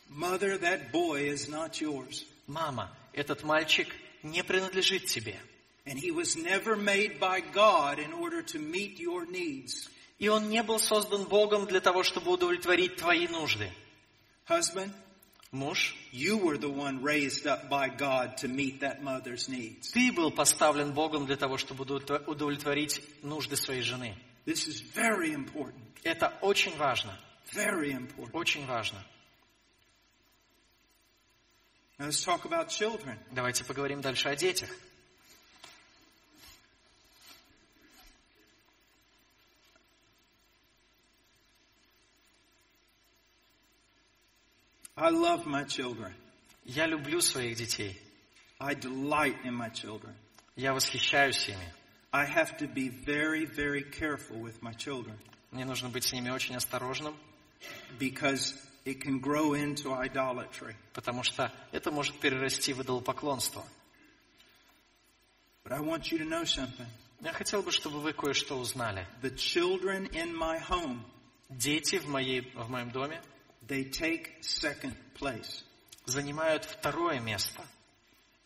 Mother, that boy is not yours. Мама, этот мальчик не принадлежит тебе. And he was never made by God in order to meet your needs. И он не был создан Богом для того, чтобы удовлетворить твои нужды. Husband, Муж, you were the one raised up by God to meet that mother's needs. ты был поставлен Богом для того, чтобы удовлетво- удовлетворить нужды своей жены. This is very important. Это очень важно, Very important. очень важно. Now let's talk about children. Давайте поговорим дальше о детях. I love my children. Я люблю своих детей. I delight in my children. Я восхищаюсь ими. I have to be very, very careful with my children Мне нужно быть с ними очень осторожным, because it can grow into idolatry. потому что это может перерасти в идолопоклонство. But I want you to know something. Я хотел бы, чтобы вы кое-что узнали. The children in my home, Дети в, моей, в моем доме they take second place занимают второе место,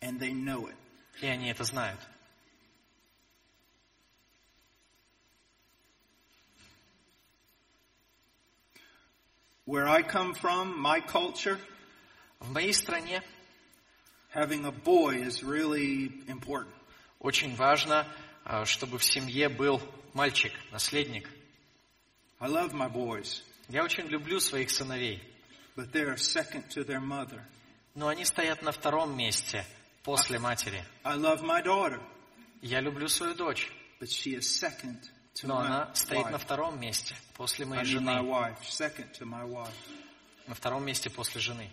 and they know it. и они это знают. Where I come from, my culture, В моей стране having a boy is really important. очень важно, а, чтобы в семье был мальчик, наследник. I love my boys, Я очень люблю своих сыновей, but they are second to their mother. но они стоят на втором месте после матери. I love my daughter, Я люблю свою дочь, but she is second to но my она стоит на wife. втором месте после I моей mean, my жены. wife, second to my wife. На втором месте после жены.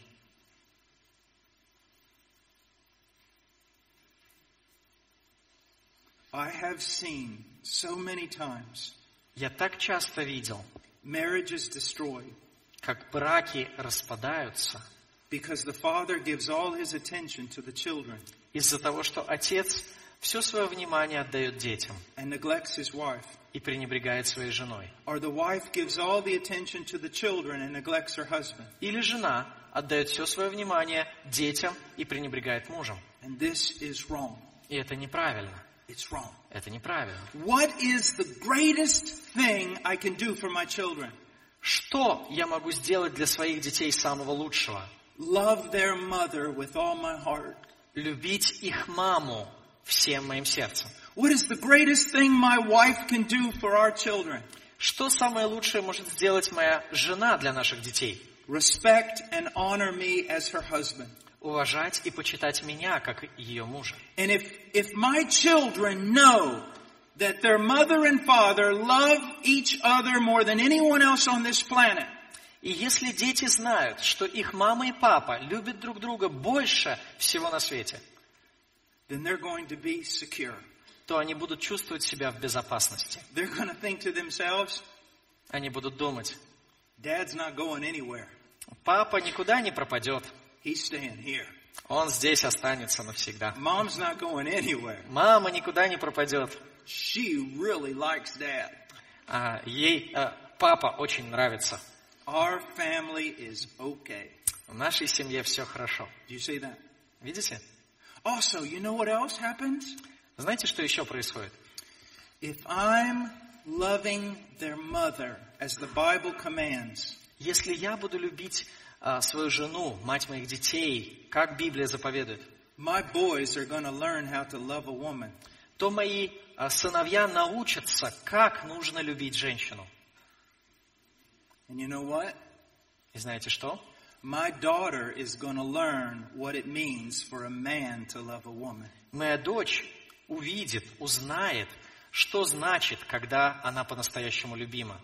I have seen so many times Я так часто видел, marriages destroyed как браки распадаются because the father gives all his attention to the children из-за того, что отец все свое внимание отдает детям and neglects his wife, и пренебрегает своей женой. or the wife gives all the attention to the children and neglects her husband. Или жена отдает все свое внимание детям и пренебрегает мужем. And this is wrong. И это неправильно. It's wrong. Это неправильно. What is the greatest thing I can do for my children? Что я могу сделать для своих детей самого лучшего? Love their mother with all my heart. Любить их маму всем моим сердцем. What is the greatest thing my wife can do for our children? Что самое лучшее может сделать моя жена для наших детей? Respect and honor me as her husband. Уважать и почитать меня, как ее мужа. And if, if my children know that their mother and father love each other more than anyone else on this planet, И если дети знают, что их мама и папа любят друг друга больше всего на свете, then they're going to be secure. то они будут чувствовать себя в безопасности. They're going to think to themselves, Они будут думать, Dad's not going anywhere. папа никуда не пропадет, He's staying here. он здесь останется навсегда. Mom's not going anywhere. Мама никуда не пропадет, She really likes Dad. а ей э, папа очень нравится. Our family is okay. В нашей семье все хорошо. Do you see that? Видите? Also, you know what else happens? Знаете, что еще происходит? If I'm loving their mother as the Bible commands, Если я буду любить э, свою жену, мать моих детей, как Библия заповедует, my boys are going to learn how to love a woman. то мои а, сыновья научатся, как нужно любить женщину. And you know what? И знаете что? My daughter is going to learn what it means for a man to love a woman. Моя дочь увидит, узнает, что значит, когда она по-настоящему любима.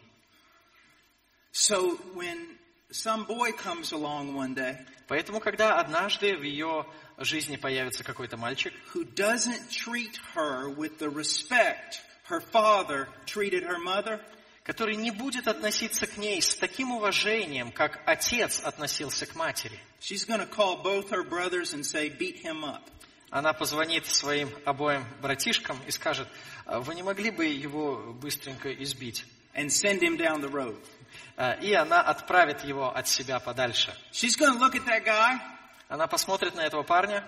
So when some boy comes along one day Поэтому, когда однажды в ее жизни появится какой-то мальчик, who doesn't treat her with the respect her father treated her mother, который не будет относиться к ней с таким уважением, как отец относился к матери, she's going to call both her brothers and say, beat him up. она позвонит своим обоим братишкам и скажет, «А вы не могли бы его быстренько избить? and send him down the road. А, И она отправит его от себя подальше. She's going to look at that guy. Она посмотрит на этого парня.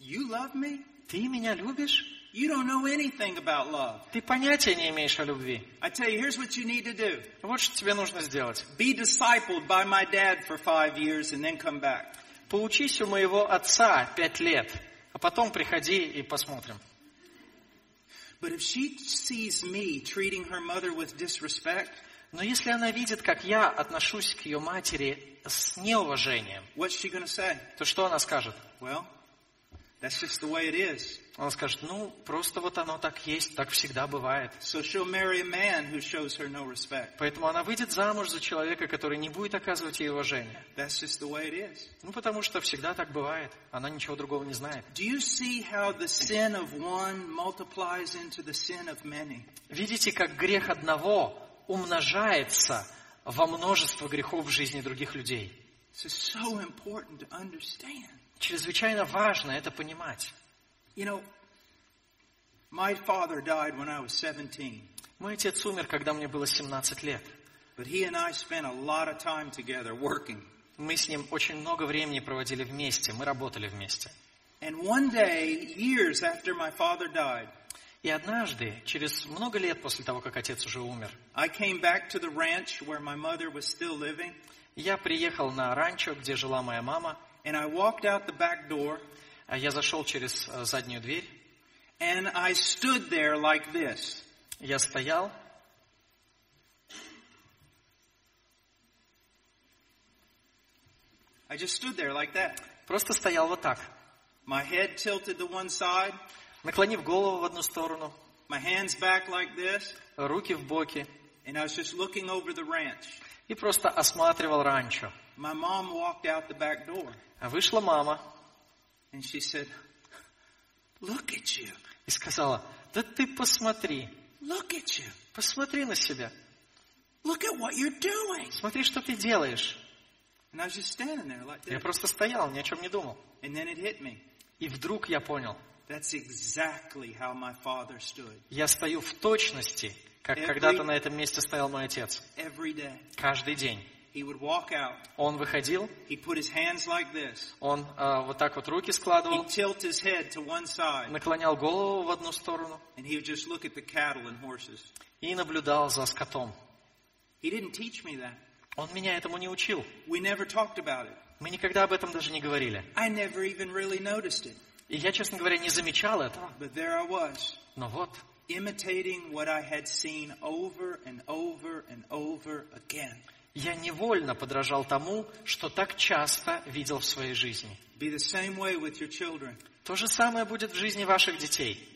You love me? Ты меня любишь? You don't know anything about love. Ты понятия не имеешь о любви. I tell you, here's what you need to do. Вот что тебе нужно сделать. Be discipled by my dad for five years and then come back. Поучись у моего отца пять лет, а потом приходи и посмотрим. But if she sees me treating her mother with disrespect, Но если она видит, как я отношусь к ее матери с неуважением, what's she going to say? то что она скажет? Well, that's just the way it is. Она скажет, ну, просто вот оно так есть, так всегда бывает. So she'll marry a man who shows her no respect. Поэтому она выйдет замуж за человека, который не будет оказывать ей уважения. That's just the way it is. Ну, потому что всегда так бывает. Она ничего другого не знает. Do you see how the sin of one multiplies into the sin of many? Видите, как грех одного умножается во множество грехов в жизни других людей. This is so important to understand. Чрезвычайно важно это понимать. You know, my father died when I was 17, Мой отец умер, когда мне было 17 лет. but he and I spent a lot of time together working. Мы с ним очень много времени проводили вместе, мы работали вместе. And one day, years after my father died, И однажды, через много лет после того, как отец уже умер, I came back to the ranch where my mother was still living, я приехал на ранчо, где жила моя мама, and I walked out the back door, а я зашел через э, заднюю дверь, and I stood there like this. я стоял, I just stood there like that. просто стоял вот так, My head tilted to one side, наклонив голову в одну сторону, my hands back like this, руки в боки, and I was just looking over the ranch. и просто осматривал ранчо. My mom walked out the back door. А Вышла мама And she said, Look at you. и сказала, да ты посмотри, Look at you. посмотри на себя, Look at what you're doing. смотри, что ты делаешь. And I was just standing there like Я that. просто стоял, ни о чем не думал. And then it hit me. И вдруг я понял, That's exactly how my father stood я стою в точности, как Every- когда-то на этом месте стоял мой отец. every day. Каждый день. He would walk out. Он выходил, He'd put his hands like this. он а, вот так вот руки He'd складывал, tilt his head to one side. наклонял голову в одну сторону And he would just look at the cattle and horses. и наблюдал за скотом. He didn't teach me that. Он меня этому не учил. We never talked about it. Мы никогда об этом даже не говорили. I never even really noticed it. И я, честно говоря, не замечал этого. But there I was, Но вот, imitating what I had seen over and over and over again. я невольно подражал тому, что так часто видел в своей жизни. Be the same way with your children. То же самое будет в жизни ваших детей.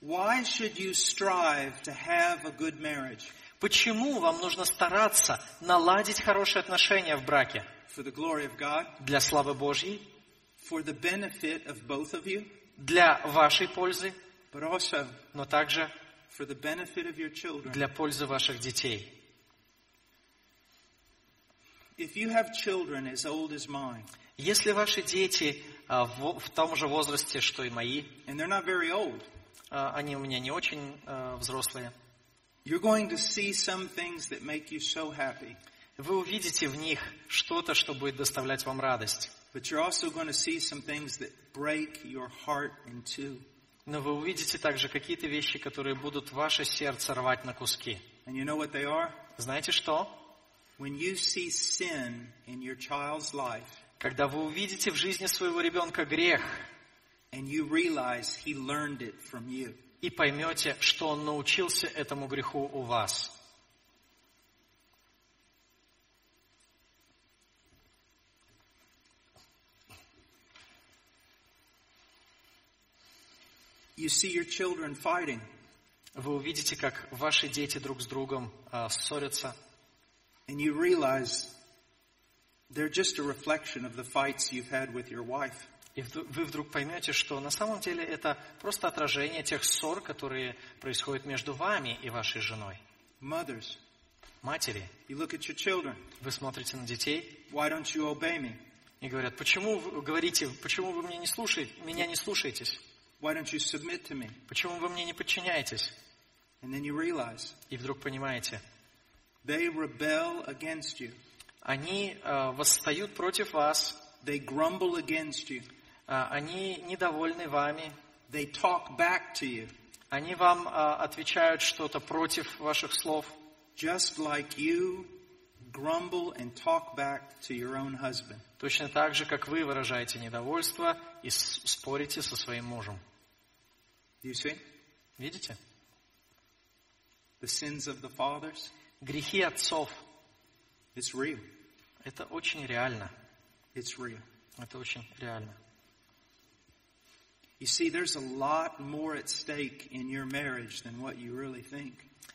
Why should you strive to have a good marriage? Почему вам нужно стараться наладить хорошие отношения в браке? For the glory of God, Для славы Божьей, for the benefit of both of you, для вашей пользы, but also но также for the benefit of your children. для пользы ваших детей. If you have children as old as mine, Если ваши дети а, в, в том же возрасте, что и мои, and they're not very old, а, они у меня не очень а, взрослые, you're going to see some things that make you so happy, вы увидите в них что-то, что будет доставлять вам радость. but you're also going to see some things that break your heart in two. Но вы увидите также какие-то вещи, которые будут ваше сердце рвать на куски. And you know what they are? Знаете что? When you see sin in your child's life Когда вы увидите в жизни своего ребенка грех and you realize he learned it from you. и поймете, что он научился этому греху у вас. You see your children fighting. Вы увидите, как ваши дети друг с другом а, ссорятся, and you realize they're just a reflection of the fights you've had with your wife. и вду- вы вдруг поймете, что на самом деле это просто отражение тех ссор, которые происходят между вами и вашей женой. Mothers, Матери, you look at your children. вы смотрите на детей Why don't you obey me? и говорят, почему вы говорите, почему вы меня не слушаете, меня не слушаетесь? Why don't you submit to me? Почему вы мне не подчиняетесь? And then you realize И вдруг понимаете, they rebel against you. они э, восстают против вас, They grumble against you. э, они недовольны вами, They talk back to you, они вам э, отвечают что-то против ваших слов, just like you grumble and talk back to your own husband. точно так же, как вы выражаете недовольство и с- спорите со своим мужем. Do you see? Видите? The sins of the fathers, Грехи отцов it's real. – это очень реально. It's real. Это очень реально. You see, there's a lot more at stake in your marriage than what you really think.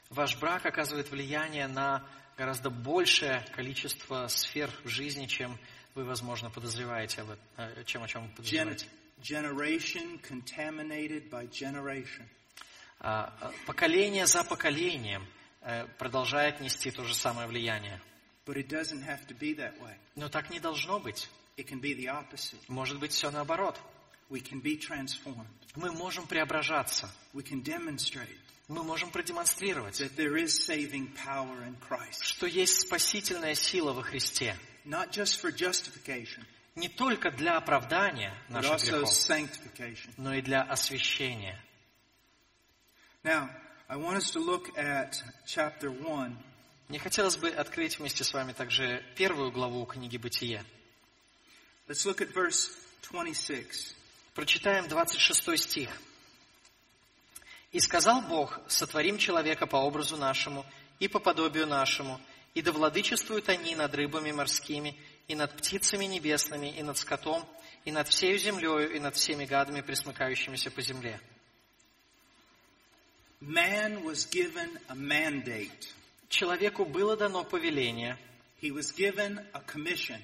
Ваш брак оказывает влияние на гораздо большее количество сфер в жизни, чем вы, возможно, подозреваете, об этом, э, чем о чем вы Gen- подозреваете. generation contaminated by generation. А, а, Поколение за поколением э, продолжает нести то же самое влияние. But it doesn't have to be that way. Но так не должно быть. It can be the opposite. Может быть, все наоборот. We can be transformed. Мы можем преображаться. We can demonstrate Мы можем продемонстрировать, that there is saving power in Christ, что есть спасительная сила во Христе. not just for justification, Не только для оправдания but наших also грехов, sanctification. но и для освящения. Now, I want us to look at chapter 1 Мне хотелось бы открыть вместе с вами также первую главу книги Бытия. Let's look at verse 26. Прочитаем 26 стих. «И сказал Бог, сотворим человека по образу нашему и по подобию нашему, и да владычествуют они над рыбами морскими, и над птицами небесными, и над скотом, и над всею землею, и над всеми гадами, присмыкающимися по земле». Man was given a mandate. Человеку было дано повеление, He was given a commission.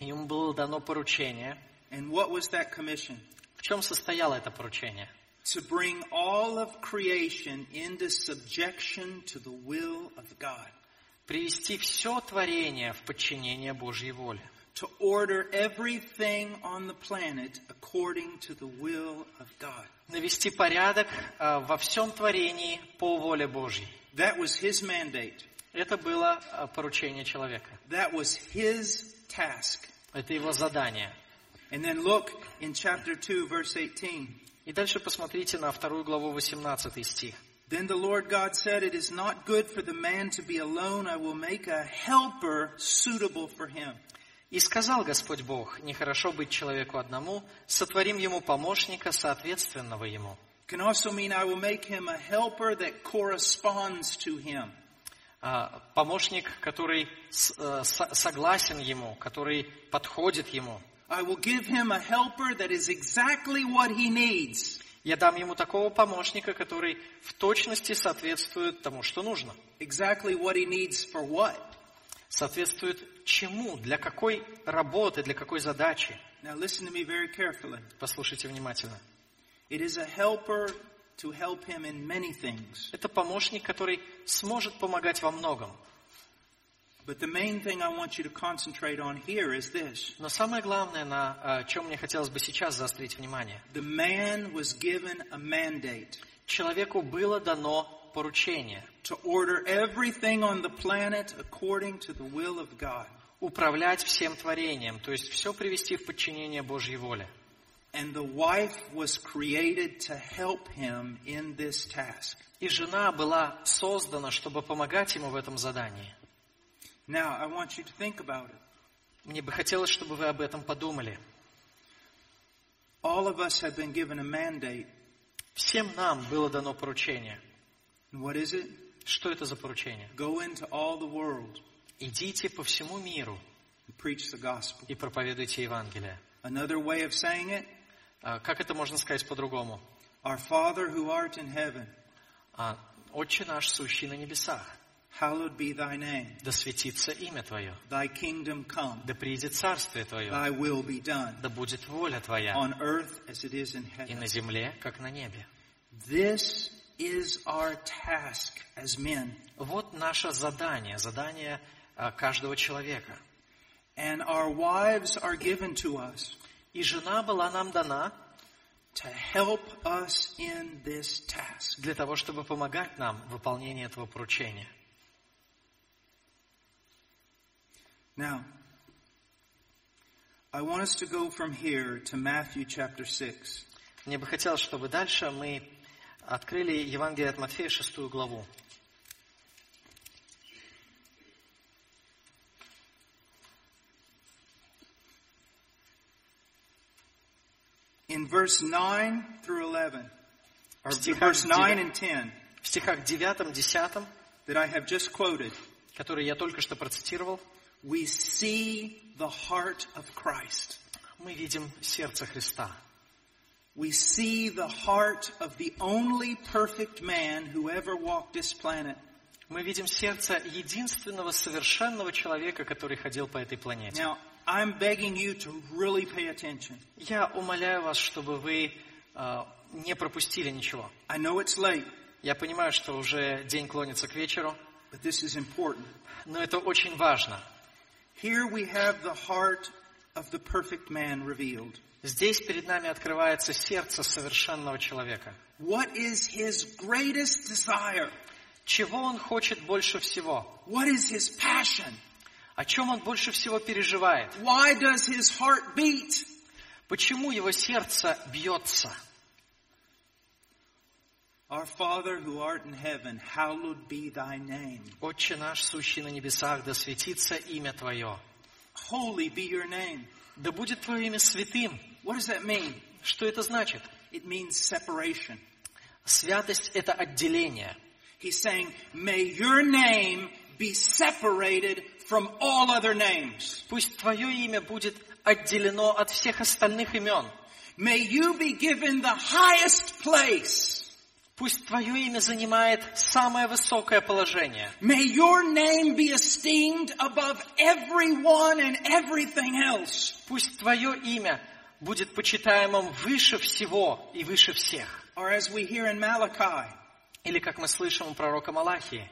ему было дано поручение. And what was that commission? В чем состояло это поручение? to bring all of creation into subjection to the will of God, привести все творение в подчинение Божьей воле, to order everything on the planet according to the will of God. навести порядок э, во всем творении по воле Божьей. That was his mandate. Это было э, поручение человека. That was his task. Это его задание. And then look in chapter 2, verse 18. И дальше посмотрите на вторую главу 18 стих. Then the Lord God said, It is not good for the man to be alone. I will make a helper suitable for him. «И сказал Господь Бог, нехорошо быть человеку одному, сотворим ему помощника, соответственного ему». Can also mean I will make him a helper that corresponds to him. А, Помощник, который с- э, со- согласен ему, который подходит ему. I will give him a helper that is exactly what he needs, Я дам ему такого помощника, который в точности соответствует тому, что нужно. exactly what he needs for what. Соответствует чему, для какой работы, для какой задачи. Now listen to me very carefully. Послушайте внимательно. It is a helper to help him in many things. Это помощник, который сможет помогать во многом. But the main thing I want you to concentrate on here is this. Но самое главное, на э, чем мне хотелось бы сейчас заострить внимание. The man was given a mandate Человеку было дано поручение to order everything on the planet according to the will of God. управлять всем творением, то есть все привести в подчинение Божьей воле. And the wife was created to help him in this task. И жена была создана, чтобы помогать ему в этом задании. Now, I want you to think about it. Мне бы хотелось, чтобы вы об этом подумали. All of us have been given a mandate. Всем нам было дано поручение. And what is it? Что это за поручение? Go into all the world Идите по всему миру and preach the gospel. и проповедуйте Евангелие. Another way of saying it, А, Как это можно сказать по-другому? our Father who art in heaven, А, Отче наш, сущий на небесах, hallowed be thy name. да светится имя Твое, Thy kingdom come. да приидет царствие Твое, Thy will be done да будет воля Твоя on earth as it is in и heaven. на земле, как на небе. This is our task as men. Вот наше задание, задание а, каждого человека. And our wives are given to us И жена была нам дана to help us in this task. для того, чтобы помогать нам в выполнении этого поручения. Now, I want us to go from here to Matthew chapter 6. Мне бы хотелось, чтобы дальше мы открыли Евангелие от Матфея, шестую главу. In verse 9 through 11, or Стихах verse 9 девя- and 10 В стихах 9, 10, that I have just quoted, которые я только что процитировал, we see the heart of Christ. мы видим сердце Христа. We see the heart of the only perfect man who ever walked this planet. Мы видим сердце единственного совершенного человека, который ходил по этой планете. Now, I'm begging you to really pay attention. Я умоляю вас, чтобы вы э, не пропустили ничего. I know it's late, Я понимаю, что уже день клонится к вечеру, but this is important. но это очень важно. Here we have the heart of the perfect man revealed. Здесь перед нами открывается сердце совершенного человека. What is his greatest desire? Чего он хочет больше всего? What is his passion? О чем он больше всего переживает? Why does his heart beat? Почему его сердце бьется? Our Father who art in heaven, hallowed be thy name. Отче наш, сущий на небесах, да светится имя Твое. Holy be your name. Да будет Твое имя святым. What does that mean? Что это значит? It means separation. Святость – это отделение. He's saying, may your name be separated from all other names. Пусть Твое имя будет отделено от всех остальных имен. May you be given the highest place. Пусть Твое имя занимает самое высокое положение. May your name be esteemed above everyone and everything else. Пусть Твое имя будет почитаемым выше всего и выше всех. Or as we hear in Malachi, Или, как мы слышим у пророка Малахии,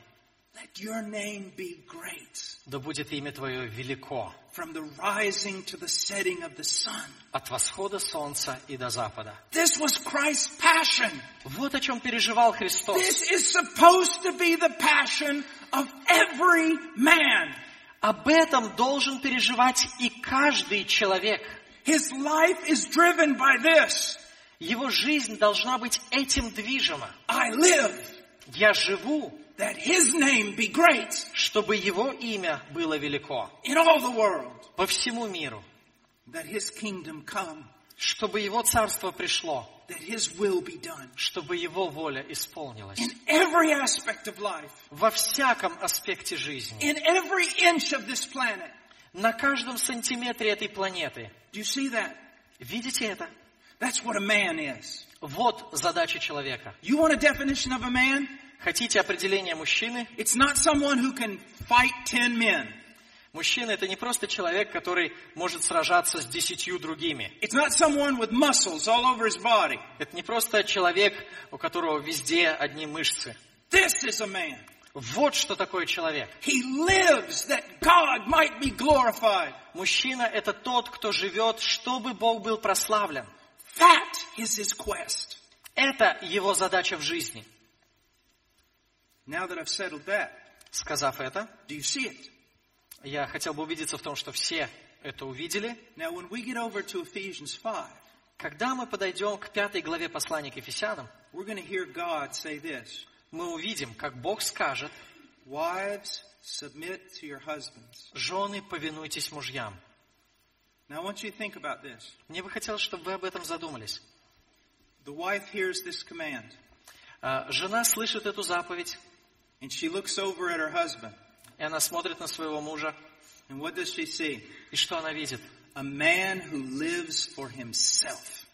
let your name be great «Да будет имя Твое велико from the rising to the setting of the sun. от восхода солнца и до запада». This was Christ's passion. Вот о чем переживал Христос. This is supposed to be the passion of every man. Об этом должен переживать и каждый человек. His life is driven by this. Его жизнь должна быть этим движима. I live Я живу, that his name be great чтобы его имя было велико in all the world, по всему миру, that his kingdom come, чтобы его царство пришло, that his will be done чтобы его воля исполнилась. in every aspect of life, Во всяком аспекте жизни, in every inch of this planet. на каждом сантиметре этой планеты. Do you see that? Видите это? That's what a man is. Вот задача человека. You want a definition of a man? Хотите определение мужчины? It's not someone who can fight ten men. Мужчина – это не просто человек, который может сражаться с десятью другими. It's not someone with muscles all over his body. Это не просто человек, у которого везде одни мышцы. This is a man. Вот что такое человек. He lives that God might be glorified. Мужчина – это тот, кто живет, чтобы Бог был прославлен. That is his quest. Это его задача в жизни. Now that I've settled that, Сказав это, do you see it? я хотел бы убедиться в том, что все это увидели. Now, when we get over to Ephesians 5, Когда мы подойдем к пятой главе послания к Ефесянам, we're going to hear God say this мы увидим, как Бог скажет, Wives, submit to your husbands. «Жены, повинуйтесь мужьям». Now, I want you to think about this. Мне бы хотелось, чтобы вы об этом задумались. The wife hears this command, А, Жена слышит эту заповедь, and she looks over at her husband. и она смотрит на своего мужа. And what does she see? И что она видит? A man who lives for himself,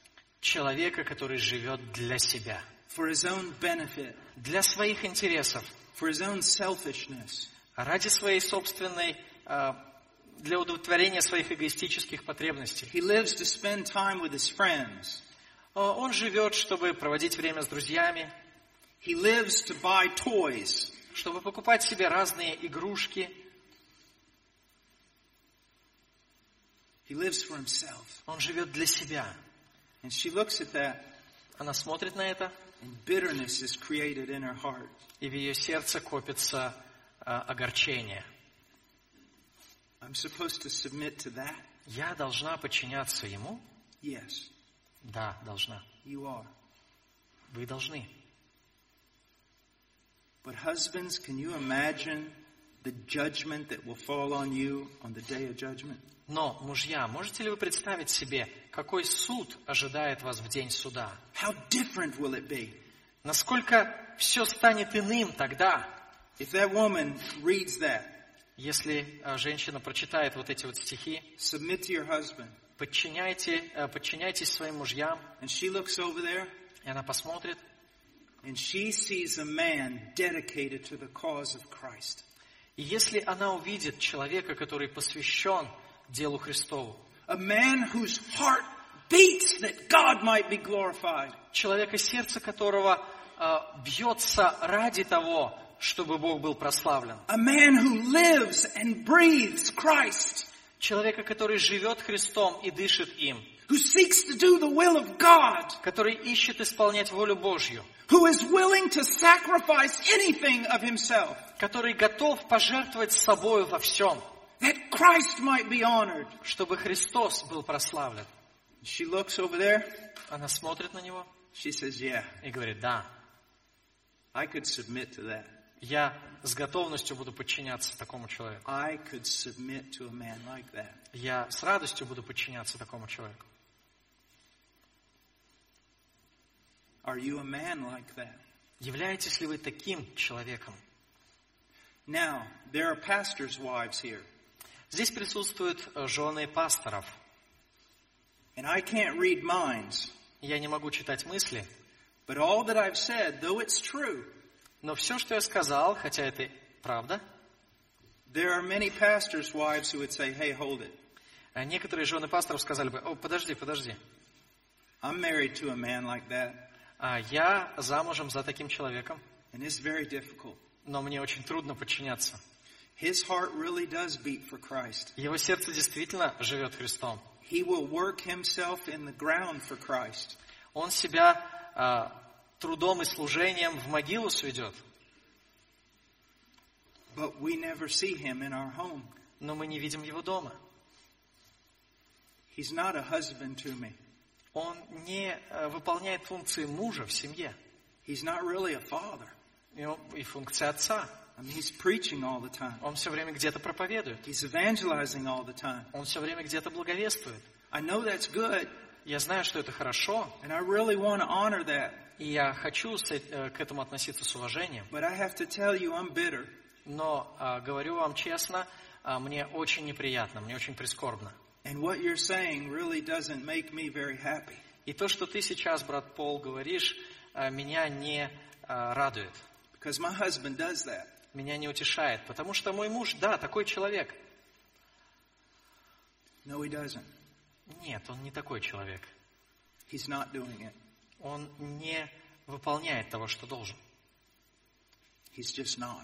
Человека, который живет для себя, for his own benefit, для своих интересов, for his own selfishness. ради своей собственной, а, для удовлетворения своих эгоистических потребностей. He lives to spend time with his friends. А, Он живет, чтобы проводить время с друзьями, He lives to buy toys. чтобы покупать себе разные игрушки. He lives for himself. Он живет для себя. And she looks at that, Она смотрит на это, and bitterness is created in her heart. и в ее сердце копится а, огорчение. I'm supposed to submit to that? Я должна подчиняться ему? Yes, Да, должна. you are. Вы должны. But husbands, can you imagine the judgment that will fall on you on the day of judgment? Но, мужья, можете ли вы представить себе, какой суд ожидает вас в день суда? How different will it be Насколько все станет иным тогда, if that woman reads that? если э, женщина прочитает вот эти вот стихи, Submit to your husband. подчиняйте, э, подчиняйтесь своим мужьям, And she looks over there и она посмотрит, and she sees a man dedicated to the cause of Christ. и если она увидит человека, который посвящен делу Христову, A man whose heart beats that God might be glorified. человека, сердце которого э, бьется ради того, чтобы Бог был прославлен, A man who lives and breathes Christ. человека, который живет Христом и дышит им, Who seeks to do the will of God. который ищет исполнять волю Божью, Who is willing to sacrifice anything of himself. который готов пожертвовать собою во всем, That Christ might be honored. чтобы Христос был прославлен. She looks over there. Она смотрит на него She says, yeah, и говорит, да, I could submit to that. я с готовностью буду подчиняться такому человеку. I could submit to a man like that. Я с радостью буду подчиняться такому человеку. Are you a man like that? Являетесь ли вы таким человеком? Now, there are pastors' wives here, Здесь присутствуют э, жены пасторов. and I can't read minds, Я не могу читать мысли, but all that I've said, though it's true, но все, что я сказал, хотя это и правда, there are many pastors' wives who would say, hey, hold it. э, некоторые жены пасторов сказали бы, о, подожди, подожди, I'm married to a man like that. А А я замужем за таким человеком, and it's very difficult. но мне очень трудно подчиняться. His heart really does beat for Christ. Его сердце действительно живет Христом. He will work himself in the ground for Christ. Он себя а, трудом и служением в могилу сведет, But we never see him in our home. но мы не видим его дома. He's not a husband to me. Он не э, выполняет функции мужа в семье He's not really a father. и, он- и функции отца. I mean, he's preaching all the time. Он все время где-то проповедует, He's evangelizing all the time. он все время где-то благовествует. I know that's good, Я знаю, что это хорошо, and I really want to honor that. и я хочу с эт- э, к этому относиться с уважением, But I have to tell you, I'm bitter. но а, говорю вам честно, а, мне очень неприятно, мне очень прискорбно. And what you're saying really doesn't make me very happy. И то, что ты сейчас, брат Пол, говоришь, а, меня не а, радует, Because my husband does that. меня не утешает, потому что мой муж, да, такой человек. No, he doesn't. Нет, он не такой человек. He's not doing it. Он не выполняет того, что должен. He's just not.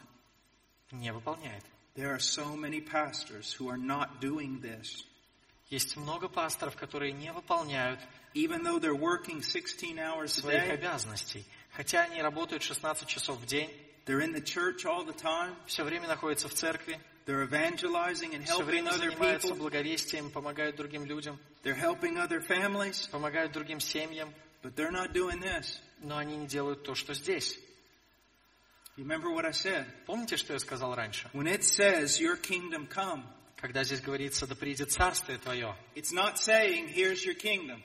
Не выполняет. There are so many pastors who are not doing this, Есть много пасторов, которые не выполняют even though they're working 16 hours a своих day. обязанностей. Хотя они работают 16 часов в день, They're in the church all the time. все время находятся в церкви, They're evangelizing and все helping время other занимаются people. благовестием, помогают другим людям, They're helping other families, помогают другим семьям, but they're not doing this. но они не делают то, что здесь. You remember what I said? Помните, что я сказал раньше? When it says, Your kingdom come, Когда здесь говорится, да придет царствие твое, it's not saying, Here's your kingdom,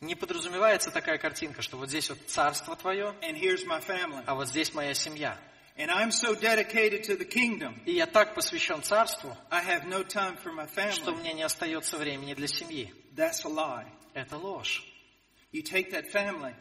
не подразумевается такая картинка, что вот здесь вот царство твое, and here's my family. а вот здесь моя семья. And I'm so dedicated to the kingdom, И я так посвящен царству, I have no time for my что family. мне не остается времени для семьи. That's a lie. Это ложь. You take that family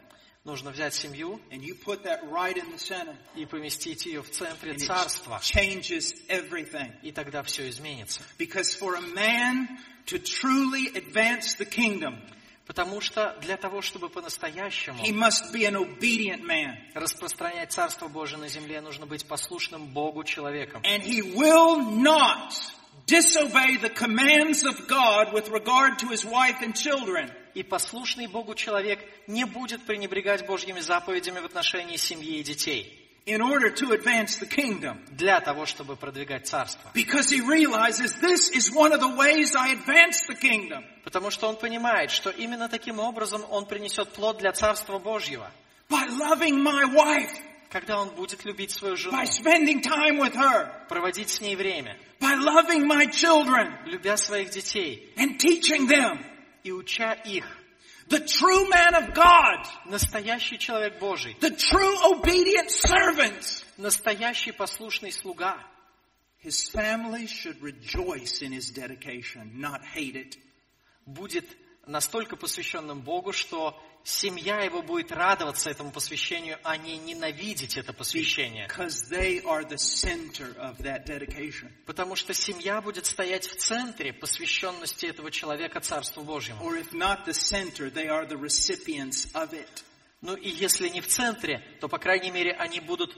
Нужно взять семью and you put that right in the center, и поместить ее в центре and it царства. changes everything. И тогда все изменится. Because for a man to truly advance the kingdom, Потому что для того, чтобы по-настоящему he must be an obedient man. распространять Царство Божие на земле, нужно быть послушным Богу человеком. And he will not disobey the commands of God with regard to his wife and children. И послушный Богу человек не будет пренебрегать Божьими заповедями в отношении семьи и детей in order to advance the kingdom. для того, чтобы продвигать Царство. Because he realizes this is one of the ways I advance the kingdom. Потому что он понимает, что именно таким образом он принесет плод для Царства Божьего. By loving my wife, Когда он будет любить свою жену, by spending time with her, проводить с ней время, by loving my children любя своих детей and teaching them. и уча их. The true man of God, Настоящий человек Божий, the true obedient servant. настоящий послушный слуга – His family should rejoice in his dedication, not hate it. будет настолько посвященным Богу, что семья его будет радоваться этому посвящению, а не ненавидеть это посвящение. Because they are the center of that dedication. Потому что семья будет стоять в центре посвященности этого человека Царству Божьему. Or if not the center, they are the recipients of it. Ну и если не в центре, то, по крайней мере, они будут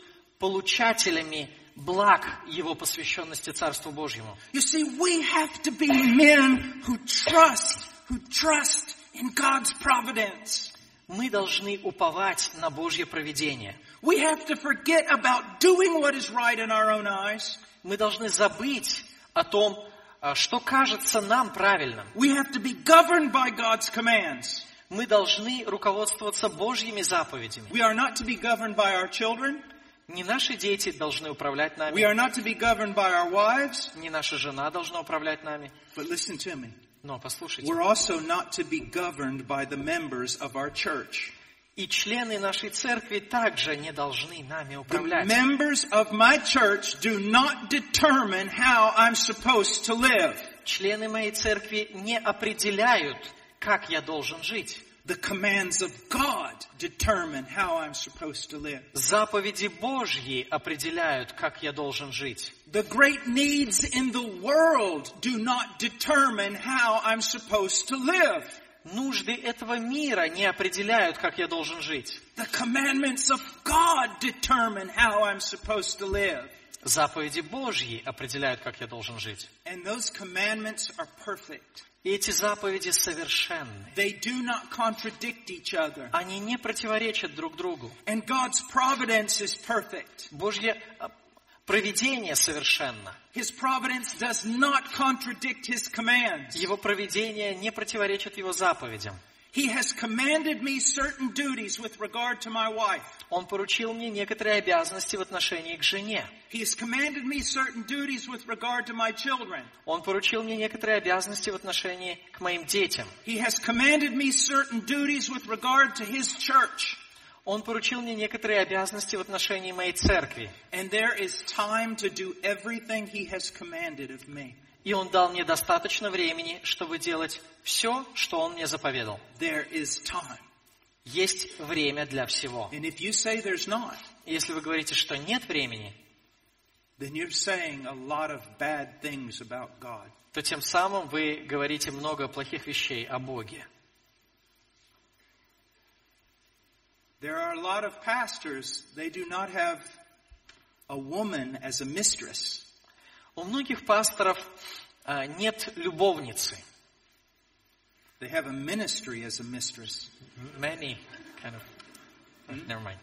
получателями благ его посвященности Царству Божьему. You see, we have to be men who trust, who trust in God's providence. Мы должны уповать на Божье провидение. We have to forget about doing what is right in our own eyes. Мы должны забыть о том, а, что кажется нам правильным. We have to be governed by God's commands. Мы должны руководствоваться Божьими заповедями. We are not to be governed by our children. Не наши дети должны управлять We нами, are not to be governed by our wives. не наша жена должна управлять нами. But listen to me. Но послушайте, We're also not to be governed by the members of our church. и члены нашей церкви также не должны нами The управлять. members of my church do not determine how I'm supposed to live. Члены моей церкви не определяют, как я должен жить. The commands of God determine how I'm supposed to live. Заповеди Божьи определяют, как я должен жить. The great needs in the world do not determine how I'm supposed to live. нужды этого мира не определяют, как я должен жить. The commandments of God determine how I'm supposed to live. Заповеди Божьи определяют, как я должен жить. And those commandments are perfect. И эти заповеди совершенны. They do not contradict each other. Они не противоречат друг другу. And God's providence is perfect. Божье а, провидение совершенно. His providence does not contradict His commands. Его провидение не противоречит его заповедям. He has commanded me certain duties with regard to my wife. Он поручил мне некоторые обязанности в отношении к жене. He has commanded me certain duties with regard to my children. Он поручил мне некоторые обязанности в отношении к моим детям. He has commanded me certain duties with regard to His church. Он поручил мне некоторые обязанности в отношении моей церкви. And there is time to do everything He has commanded of me. И Он дал мне достаточно времени, чтобы делать все, что Он мне заповедал. There is time. Есть время для всего. And if you say there's not, И Если вы говорите, что нет времени, then you're saying a lot of bad things about God. то тем самым вы говорите много плохих вещей о Боге. There are a lot of pastors, they do not have a woman as a mistress. У многих пасторов а, нет любовницы. They have a ministry as a mistress. Many kind of. Oh, Never mind.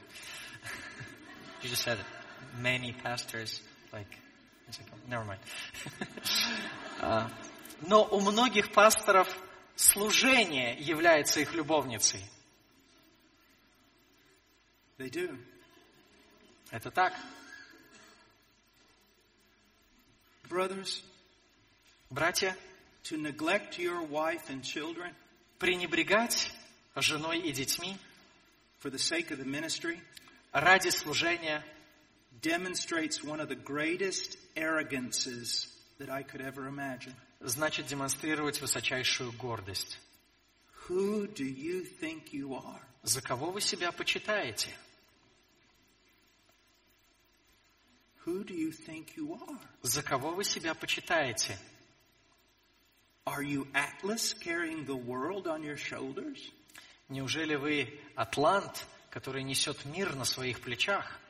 You just said it. Many pastors like. it's like- Never mind. А, Но у многих пасторов служение является их любовницей. They do. Это так, Brothers, братья? to neglect your wife and children Пренебрегать женой и детьми for the sake of the ministry ради служения demonstrates one of the greatest arrogances that I could ever imagine. значит демонстрировать высочайшую гордость. Who do you think you are? За кого вы себя почитаете? Who do you think you are? За кого вы себя почитаете? Are you Atlas carrying the world on your shoulders? Неужели вы атлант, который несет мир на своих плечах?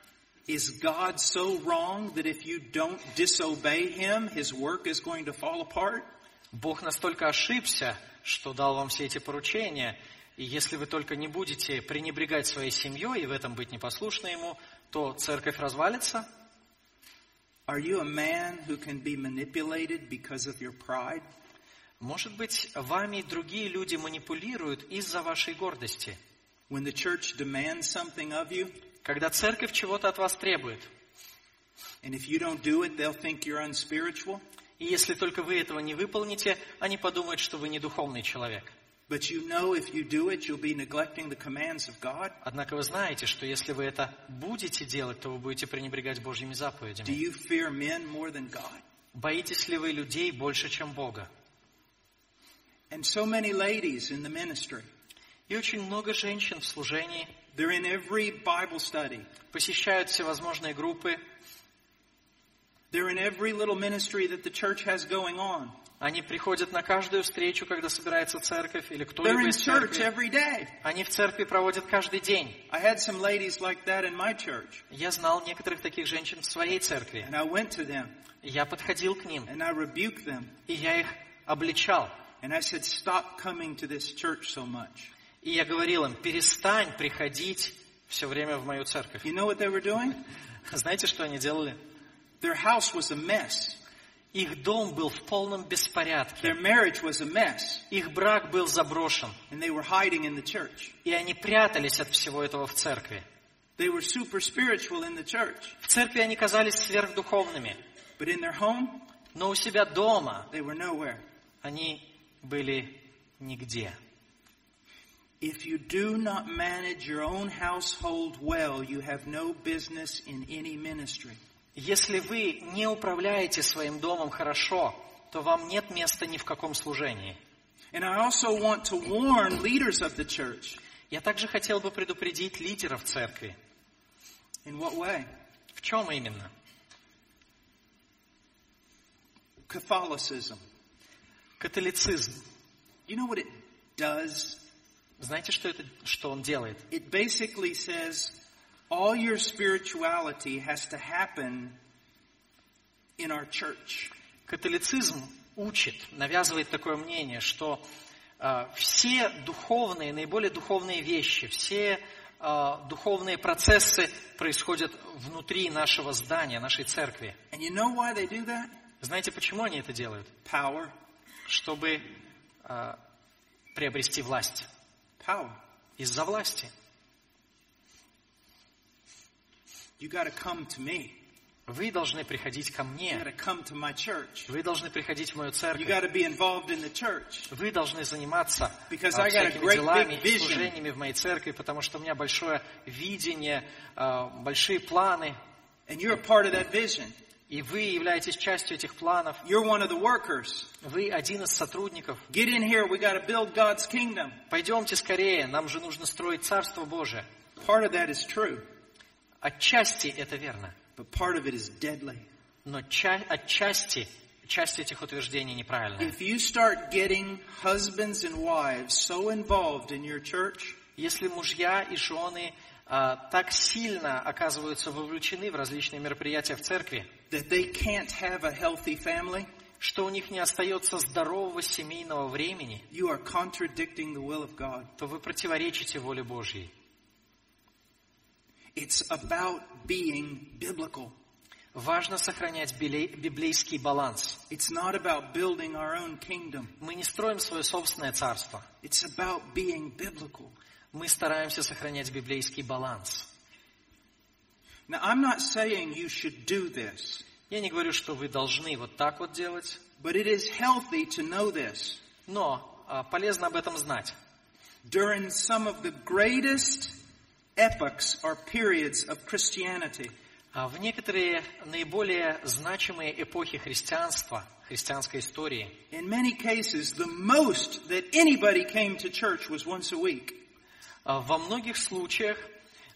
Is God so wrong that if you don't disobey Him, His work is going to fall apart? Бог настолько ошибся, что дал вам все эти поручения, и если вы только не будете пренебрегать своей семьей и в этом быть непослушны Ему, то церковь развалится? Are you a man who can be manipulated because of your pride? Может быть, вами другие люди манипулируют из-за вашей гордости? When the church demands something of you, Когда церковь чего-то от вас требует, and if you don't do it, they'll think you're unspiritual, и если только вы этого не выполните, они подумают, что вы не духовный человек. but you know if you do it, you'll be neglecting the commands of God? Однако вы знаете, что если вы это будете делать, то вы будете пренебрегать Божьими Do заповедями. you fear men more than God? Боитесь ли вы людей больше, чем Бога? And so many ladies in the ministry, И очень много женщин в служении they're in every Bible study, посещают всевозможные группы, they're in every little ministry that the church has going on, они приходят на каждую встречу, когда собирается церковь или they're кто-либо in из church церкви. every day. Они в церкви проводят каждый день. I had some ladies like that in my church, Я знал некоторых таких женщин в своей церкви. and I went to them Я подходил к ним, and I rebuked them, и я их обличал. and I said, Stop coming to this church so much. И я говорил им, перестань приходить все время в мою церковь. You know what they were doing? Знаете, что они делали? Their house was a mess, Их дом был в полном беспорядке. their marriage was a mess, Их брак был заброшен. and they were hiding in the church. И они прятались от всего этого в церкви. They were super spiritual in the church, В церкви они казались сверхдуховными. but in their home, Но у себя дома they were nowhere. они были нигде. If you do not manage your own household well, you have no business in any ministry. Если вы не управляете своим домом хорошо, то вам нет места ни в каком служении. And I also want to warn leaders of the church. Я также хотел бы предупредить лидеров церкви. In what way? В чем именно? Catholicism. Католицизм. You know what it does? Знаете, что, это, что он делает? It basically says all your spirituality has to happen in our church. Католицизм учит, навязывает такое мнение, что э, все духовные, наиболее духовные вещи, все э, духовные процессы происходят внутри нашего здания, нашей церкви. And you know why they do that? Знаете, почему они это делают? Power. Чтобы э, приобрести власть. Power. Из-за власти. You got to come to me. Вы должны приходить ко You got мне. to come to my church. Вы должны приходить в мою You церковь. got to be involved in the church. Вы должны заниматься а, Because I got a всякими great делами, big vision. и служениями в моей церкви, потому что у меня большое видение, а, большие планы, And you're a part of that vision. и вы являетесь частью этих планов. You're one of the workers. Вы один из сотрудников. Get in here. We got to build God's kingdom. Пойдемте скорее, нам же нужно строить Царство Божие. Part of that is true, Отчасти это верно, but part of it is deadly. но ча- отчасти часть этих утверждений неправильная. If you start getting husbands and wives so involved in your church, Если мужья и жены а, так сильно оказываются вовлечены в различные мероприятия в церкви, that they can't have a healthy family, что у них не остается здорового семейного времени, you are contradicting the will of God. то вы противоречите воле Божьей. It's about being biblical. Важно сохранять биле- библейский баланс. It's not about building our own kingdom. Мы не строим свое собственное царство. It's about being biblical. Мы стараемся сохранять библейский баланс. Now, I'm not saying you should do this, Я не говорю, что вы должны вот так вот делать, but it is healthy to know this. но а, полезно об этом знать. During some of the greatest epochs or periods of Christianity, А В некоторые наиболее значимые эпохи христианства, христианской истории, in many cases, the most that anybody came to church was once a week. а, во многих случаях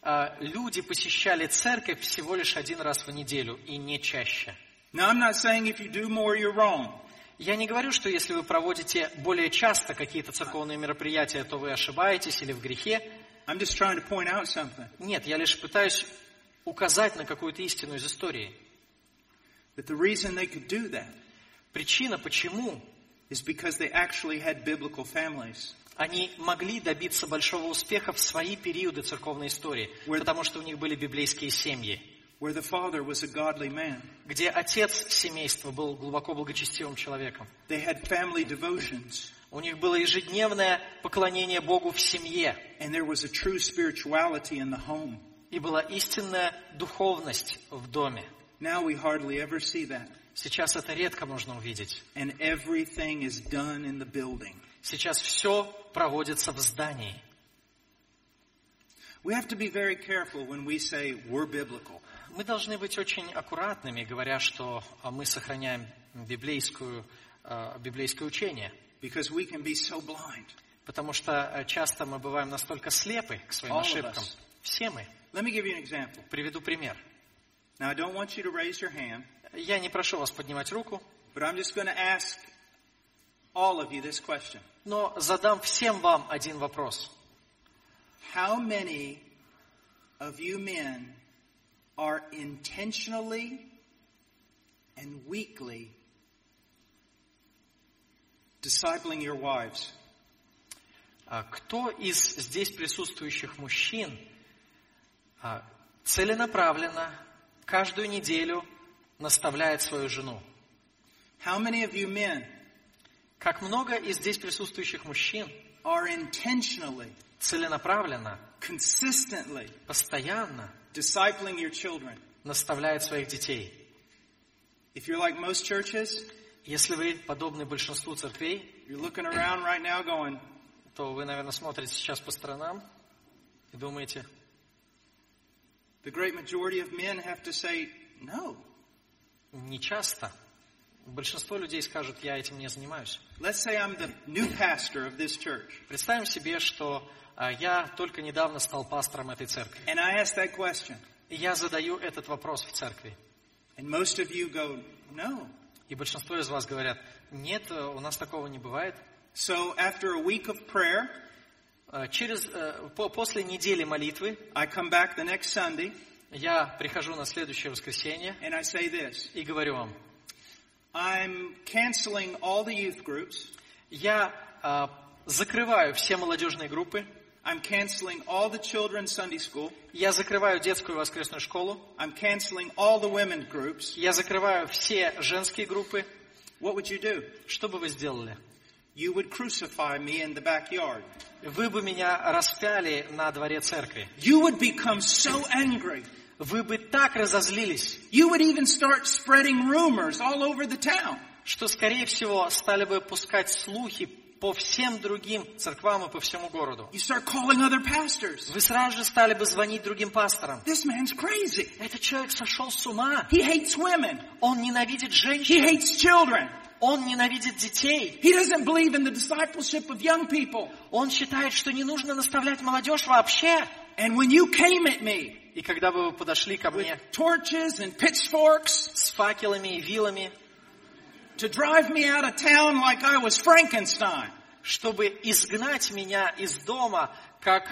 а, люди посещали церковь всего лишь один раз в неделю и не чаще. Now, I'm not saying if you do more, you're wrong. Я не говорю, что если вы проводите более часто какие-то церковные мероприятия, то вы ошибаетесь или в грехе. I'm just trying to point out something Нет, я лишь пытаюсь указать на какую-то истину из истории. that the reason they could do that Причина, почему is because they actually had biblical families. они могли добиться большого успеха в свои периоды церковной истории, Where- потому что у них были библейские семьи, where the father was a godly man. где отец семейства был глубоко благочестивым человеком. They had family devotions, У них было ежедневное поклонение Богу в семье, and there was a true spirituality in the home. и была истинная духовность в доме. Now we hardly ever see that, Сейчас это редко можно увидеть. and everything is done in the building. Сейчас все проводится в здании. We have to be very careful when we say we're biblical, Мы должны быть очень аккуратными, говоря, что а, мы сохраняем библейскую, э, библейское учение, because we can be so blind. потому что э, часто мы бываем настолько слепы к своим All of ошибкам. us. Все мы. Let me give you an example. Приведу пример. Now, I don't want you to raise your hand, Я не прошу вас поднимать руку, but I'm just going to ask all of you this question но задам всем вам один вопрос. How many of you men are intentionally and weekly discipling your wives? А Кто из здесь присутствующих мужчин а, целенаправленно каждую неделю наставляет свою жену? How many of you men Как много из здесь присутствующих мужчин are intentionally, целенаправленно, consistently постоянно discipling your children? наставляет своих детей? If you're like most churches, Если вы подобны большинству церквей, you're looking around right now going, то вы, наверное, смотрите сейчас по сторонам и думаете, the great majority of men have to say, no. не часто. Большинство людей скажут, я этим не занимаюсь. Let's say I'm the new pastor of this church, Представим себе, что а, я только недавно стал пастором этой церкви. and I ask that question, И Я задаю этот вопрос в церкви. and most of you go, no. И большинство из вас говорят, нет, э, у нас такого не бывает. So after a week of prayer, Э, Через, э, по- после недели молитвы I come back the next Sunday я прихожу на следующее воскресенье and I say this. и говорю вам, I'm canceling all the youth groups. я э, закрываю все молодежные группы, I'm canceling all the children's Sunday school. я закрываю детскую воскресную школу, I'm canceling all the women groups. я закрываю все женские группы. What would you do? Что бы вы сделали? You would crucify me in the backyard. Вы бы меня распяли на дворе церкви. You would become so angry. Вы бы так разозлились, You would even start spreading rumors all over the town. что, скорее всего, стали бы пускать слухи по всем другим церквам и по всему городу. You start calling other pastors. Вы сразу же стали бы звонить другим пасторам. This man's crazy. Этот человек сошел с ума. He hates women. Он ненавидит He женщин. hates children. Он ненавидит детей. He doesn't believe in the discipleship of young people. Он считает, что не нужно наставлять молодежь вообще. And when you came at me И когда бы вы подошли ко with мне torches and pitchforks с факелами и вилами, to drive me out of town like I was Frankenstein, чтобы изгнать меня из дома, как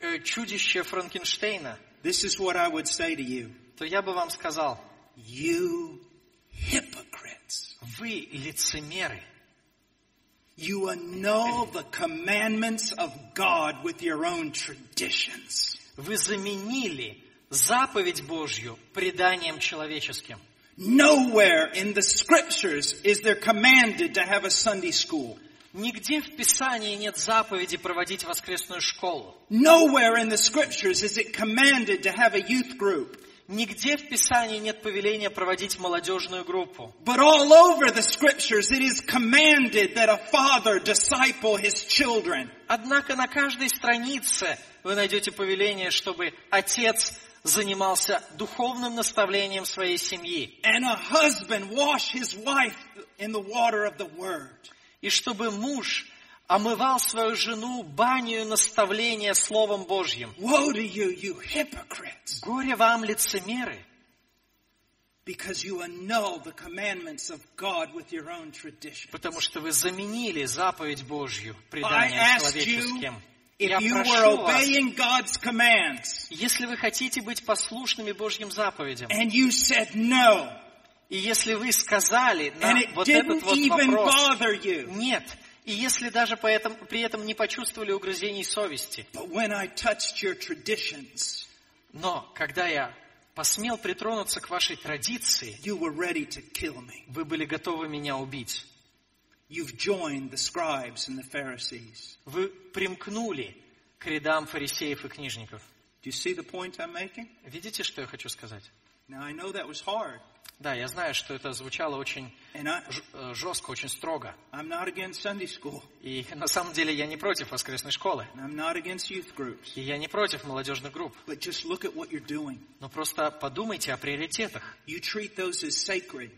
э, чудище Франкенштейна, this is what I would say to you. то я бы вам сказал, You hypocrites. вы лицемеры. You annul the commandments of God with your own traditions. Вы заменили заповедь Божью преданием человеческим. Nowhere in the scriptures is there commanded to have a Sunday school. Нигде в Писании нет заповеди проводить воскресную школу. Nowhere in the scriptures is it commanded to have a youth group. Нигде в Писании нет повеления проводить молодежную группу. But all over the scriptures it is commanded that a father disciple his children. Однако на каждой странице вы найдете повеление, чтобы отец занимался духовным наставлением своей семьи, And a husband wash his wife in the water of the word. и чтобы муж омывал свою жену баню наставления Словом Божьим. Woe to you, you hypocrites, Горе вам, лицемеры, because you annul the commandments of God with your own tradition. потому что вы заменили заповедь Божью I преданием asked you человеческим. Я if you прошу were вас, obeying God's commands если вы хотите быть послушными Божьим заповедям, and you said no, и если вы сказали на and it вот этот didn't вот even вопрос, bother you. Нет. И если даже по этом- при этом не почувствовали угрызений совести. But when I touched your traditions, Но когда я посмел притронуться к вашей традиции, you were ready to kill me. вы были готовы меня убить. You've joined the scribes and the Pharisees. Вы примкнули к рядам фарисеев и книжников. Do you see the point I'm making? Видите, что я хочу сказать? Now I know that was hard, Да, я знаю, что это звучало очень and I, ж- э, жестко, очень строго. I'm not against Sunday school, И на самом деле я не против воскресной школы. and I'm not against youth groups. И я не против молодежных групп. But just look at what you're doing. Но просто подумайте о приоритетах. You treat those as sacred,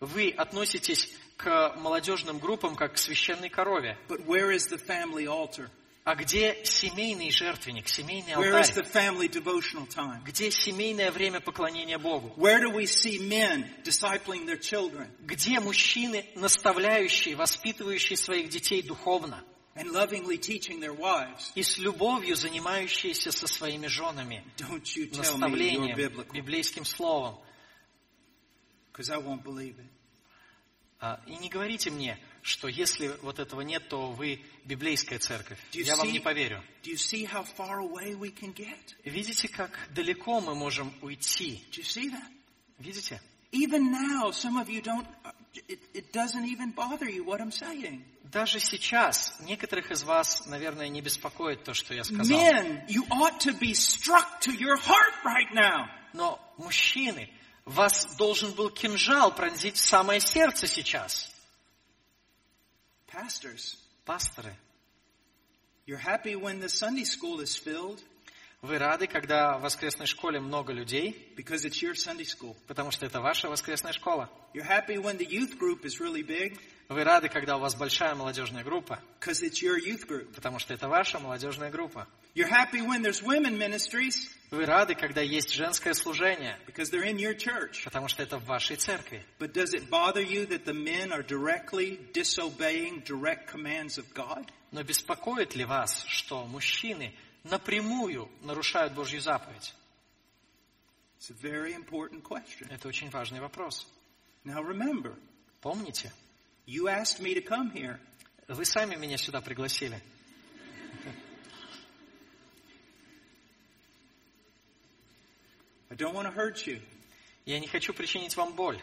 Вы относитесь к молодежным группам как к священной корове. but where is the family altar? А где семейный жертвенник, семейный Where is the алтарь? family devotional time? Где семейное время поклонения Богу? Where do we see men discipling their children Где мужчины, наставляющие, воспитывающие своих детей духовно and lovingly teaching their wives? и с любовью занимающиеся со своими женами Don't you tell me you're наставлением, biblical, библейским словом? because I won't believe it. А, И не говорите мне, что если вот этого нет, то вы библейская церковь. Do you Я вам see? не поверю. Do you see how far away we can get? Видите, как далеко мы можем уйти? Do you see that? Видите? Even now, some of you don't, uh, it, it doesn't even bother you what I'm saying. Даже сейчас некоторых из вас, наверное, не беспокоит то, что я сказал. Men, you ought to be struck to your heart right now. Но, мужчины, вас должен был кинжал пронзить в самое сердце сейчас. Pastors, Пасторы, you're happy when the Sunday school is filled вы рады, когда в воскресной школе много людей, because it's your Sunday school. потому что это ваша воскресная школа. You're happy when the youth group is really big Вы рады, когда у вас большая молодежная группа, because it's your youth group. потому что это ваша молодежная группа. You're happy when there's women ministries Вы рады, когда есть женское служение, because they're in your church. потому что это в вашей церкви. But does it bother you that the men are directly disobeying direct commands of God? Но беспокоит ли вас, что мужчины напрямую нарушают Божью заповедь? It's a very important question. Это очень важный вопрос. Now remember, Помните, you asked me to come here. вы сами меня сюда пригласили. I don't want to hurt you. Я не хочу причинить вам боль,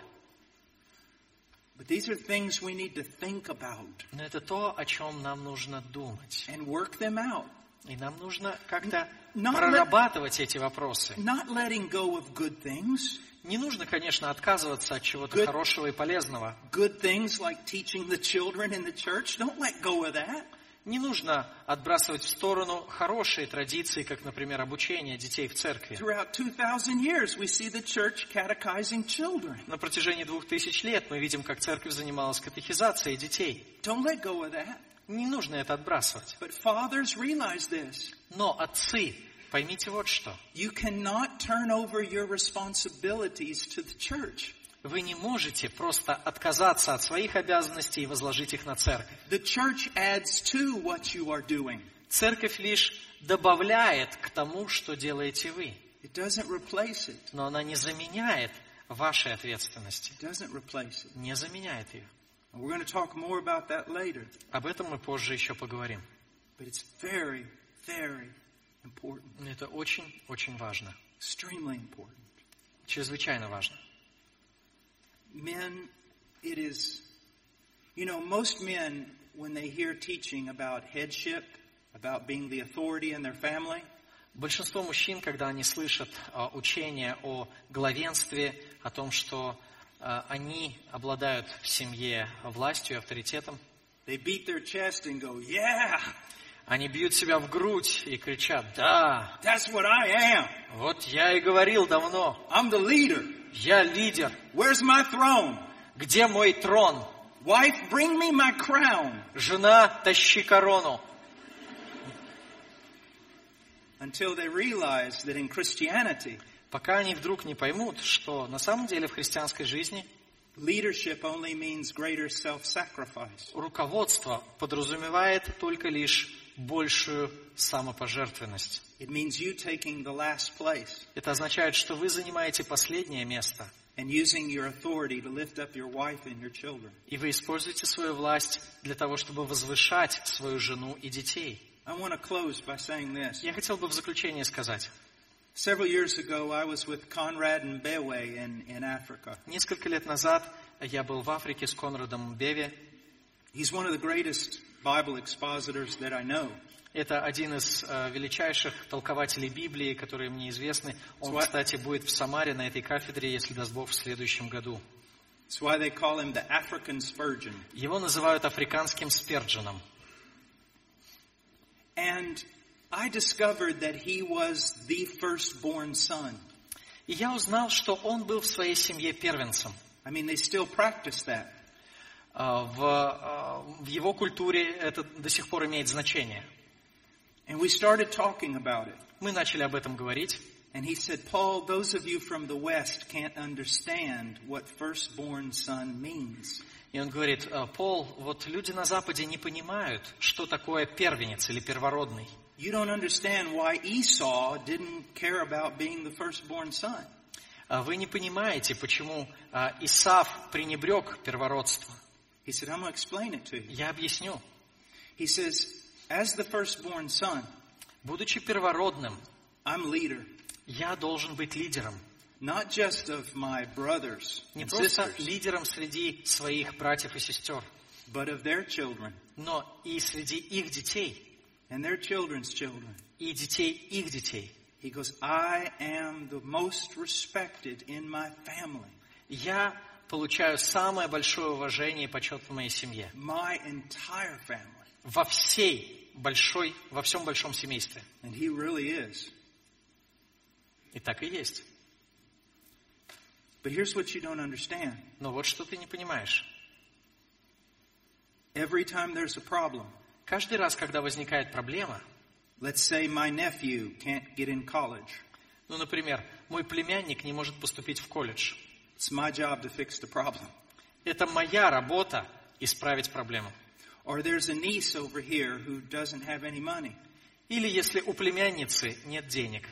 But these are things we need to think about но это то, о чем нам нужно думать. and work them out. И нам нужно как-то Not let- прорабатывать эти вопросы. Not letting go of good things. Не нужно, конечно, отказываться от чего-то Good. хорошего и полезного. Good things like teaching the children in the church. Don't let go of that. Не нужно отбрасывать в сторону хорошие традиции, как, например, обучение детей в церкви. Throughout 2,000 years, we see the church catechizing children. На протяжении двух тысяч лет мы видим, как церковь занималась катехизацией детей. Don't let go of that. Не нужно это отбрасывать. But fathers, realize this. Но, отцы, поймите вот что. You cannot turn over your responsibilities to the church. Вы не можете просто отказаться от своих обязанностей и возложить их на церковь. The church adds to what you are doing. Церковь лишь добавляет к тому, что делаете вы, It doesn't replace it. но она не заменяет вашей ответственности, It doesn't replace it. не заменяет ее. And we're going to talk more about that later. Об этом мы позже еще поговорим. But it's very, very important. Но Это очень-очень важно, Extremely important. чрезвычайно важно. Men, it is, you know, most men, when they hear teaching about headship, about being the authority in their family, Большинство мужчин, когда они слышат а, учение о главенстве, о том, что а, они обладают в семье властью и авторитетом, they beat their chest and go, yeah, они бьют себя в грудь и кричат, да, that's what I am. вот я и говорил давно, I'm the leader. я лидер, Where's my throne? где мой трон? Wife, bring me my crown. Жена, тащи корону. Until they realize that in Christianity, Пока они вдруг не поймут, что на самом деле в христианской жизни leadership only means greater self-sacrifice. руководство подразумевает только лишь большую самопожертвенность. It means you taking the last place Это означает, что вы занимаете последнее место, and using your authority to lift up your wife and your children. и вы используете свою власть для того, чтобы возвышать свою жену и детей. I want to close by saying this. Я хотел бы в заключение сказать. Several years ago, I was with Conrad and Bewe in, in Africa. Несколько лет назад я был в Африке с Конрадом Беве. He's one of the greatest Bible expositors that I know. Это один из э, величайших толкователей Библии, которые мне известны. Он, Сва- кстати, будет в Самаре на этой кафедре, если даст Бог, в следующем году. That's why they call him the African Spurgeon. Его называют африканским Сперджином. And I discovered that he was the firstborn son. И я узнал, что он был в своей семье первенцем. I mean, they still practice that. А, В, а, в его культуре это до сих пор имеет значение. And we started talking about it. Мы начали об этом говорить. And he said, Paul, those of you from the West can't understand what firstborn son means. И он говорит, «Э, Пол, вот люди на Западе не понимают, что такое первенец или первородный. You don't understand why Esau didn't care about being the firstborn son. А Вы не понимаете, почему а, Исав пренебрег первородство. He said, I'm going to explain it to you. Я объясню. He says, as the firstborn son, Будучи первородным, I'm leader, я должен быть лидером. not just of my brothers Не and просто sisters, лидером среди своих братьев и сестер, but of their children но и среди их детей, and their children's children. и детей их детей. He goes, I am the most respected in my family. Я получаю самое большое уважение и почет в моей семье. my entire family. Во всей большой, во всем большом семействе. And he really is. И так и есть. But here's what you don't understand Но вот что ты не понимаешь. Every time there's a problem, Каждый раз, когда возникает проблема, let's say my nephew can't get in college, ну, например, мой племянник не может поступить в колледж, it's my job to fix the problem. это моя работа исправить проблему. Or there's a niece over here who doesn't have any money, Или если у племянницы нет денег,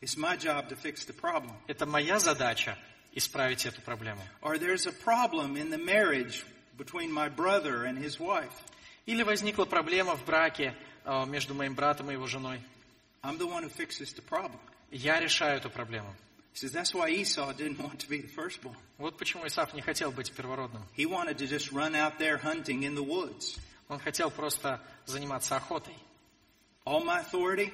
it's my job to fix the problem. это моя задача исправить эту проблему. Or there's a problem in the marriage between my brother and his wife, Или возникла проблема в браке э, между моим братом и его женой. I'm the one who fixes the problem. Я решаю эту проблему. He says that's why Esau didn't want to be the firstborn. Вот почему Исаф не хотел быть первородным. He wanted to just run out there hunting in the woods. Он хотел просто заниматься охотой. All my authority,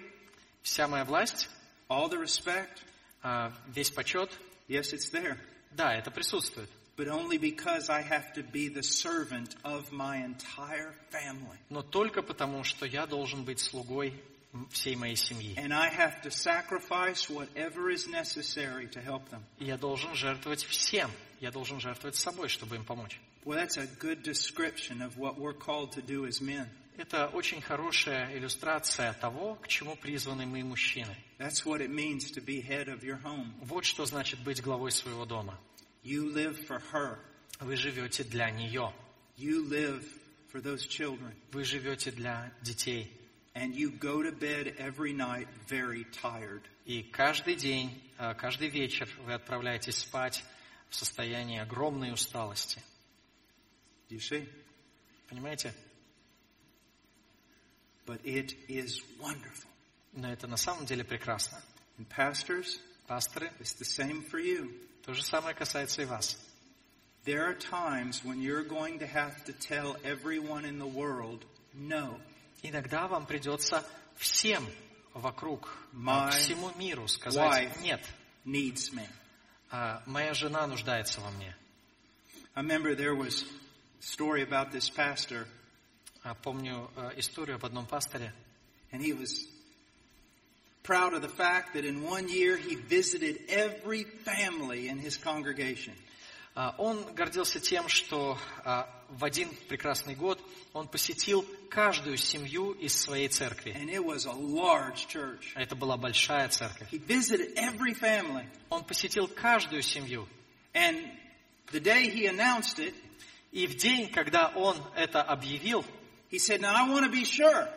Вся моя власть, all the respect, э, весь почет, yes, it's there. да, это присутствует. But only because I have to be the servant of my entire family. Но только потому, что я должен быть слугой м- всей моей семьи. And I have to sacrifice whatever is necessary to help them. И я должен жертвовать всем. Я должен жертвовать собой, чтобы им помочь. Well, that's a good description of what we're called to do as men. Это очень хорошая иллюстрация того, к чему призваны мы, мужчины. That's what it means to be head of your home. Вот что значит быть главой своего дома. You live for her. Вы живете для нее. You live for those children. Вы живете для детей. And you go to bed every night very tired. И каждый день, э, каждый вечер вы отправляетесь spать в состоянии огромной усталости. Do you see? Понимаете? But it is wonderful. Но это на самом деле прекрасно. And pastors, Пасторы, it's the same for you. то же самое касается и вас. There are times when you're going to have to tell everyone in the world, no, Иногда вам придется всем вокруг, э, My всему миру сказать wife. «нет». needs me. а, Моя жена нуждается во мне. I remember there was a story about this pastor, А, Помню э, историю об одном пасторе. and he was proud of the fact that in one year he visited every family in his congregation. А, Он гордился тем, что а, в один прекрасный год он посетил каждую семью из своей церкви. And it was a large church. А Это была большая церковь. He visited every family. Он посетил каждую семью. And the day he announced it, И в день, когда он это объявил, he said, Now I want to be sure.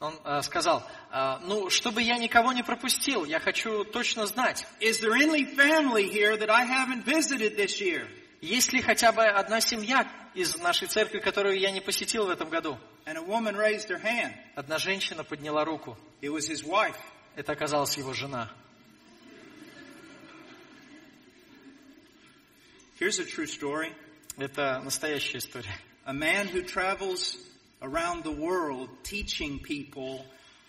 он э, сказал, «А, ну, чтобы я никого не пропустил, я хочу точно знать, Is there any family here that I haven't visited this year? есть ли хотя бы одна семья из нашей церкви, которую я не посетил в этом году. And a woman raised her hand. Одна женщина подняла руку. It was his wife. Это оказалась его жена. Here's a true story. Это настоящая история. A man who travels around the world teaching people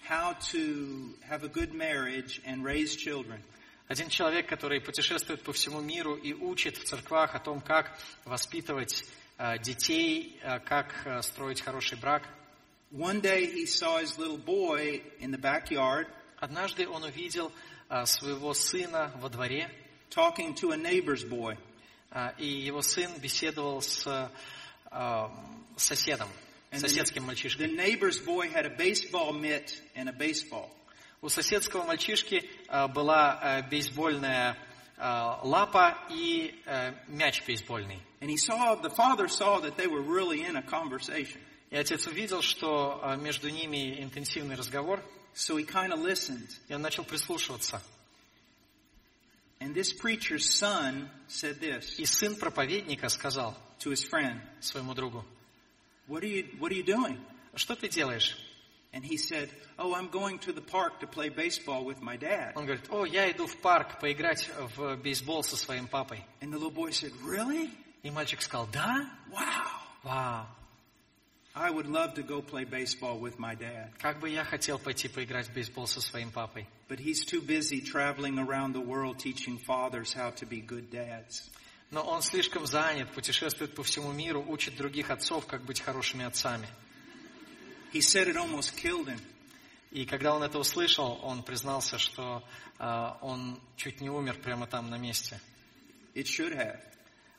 how to have a good marriage and raise children. Один человек, который путешествует по всему миру и учит в церквах о том, как воспитывать э, детей, э, как э, строить хороший брак. One day he saw his little boy in the backyard Однажды он увидел э, своего сына во дворе, talking to a neighbor's boy. э, и его сын беседовал с э, соседом, соседским The мальчишкой. neighbor's boy had a baseball mitt and a baseball. У соседского мальчишки э, была э, бейсбольная э, лапа и э, мяч бейсбольный. And he saw, the father saw that they were really in a conversation. И отец увидел, что э, между ними интенсивный разговор, So he kind of listened. и он начал прислушиваться. And this preacher's son said this И сын проповедника сказал to his friend, своему другу, what are you, what are you doing? что ты делаешь? And he said, Oh, I'm going to the park to play baseball with my dad. Он говорит, о, я иду в парк поиграть в бейсбол со своим папой. And the little boy said, Really? И мальчик сказал, да? Wow. Вау, I would love to go play baseball with my dad, как бы я хотел пойти поиграть в бейсбол со своим папой. but he's too busy traveling around the world teaching fathers how to be good dads. Но он слишком занят, путешествует по всему миру, учит других отцов, как быть хорошими отцами. He said it almost killed him. И когда он это услышал, он признался, что э, он чуть не умер прямо там на месте. It should have.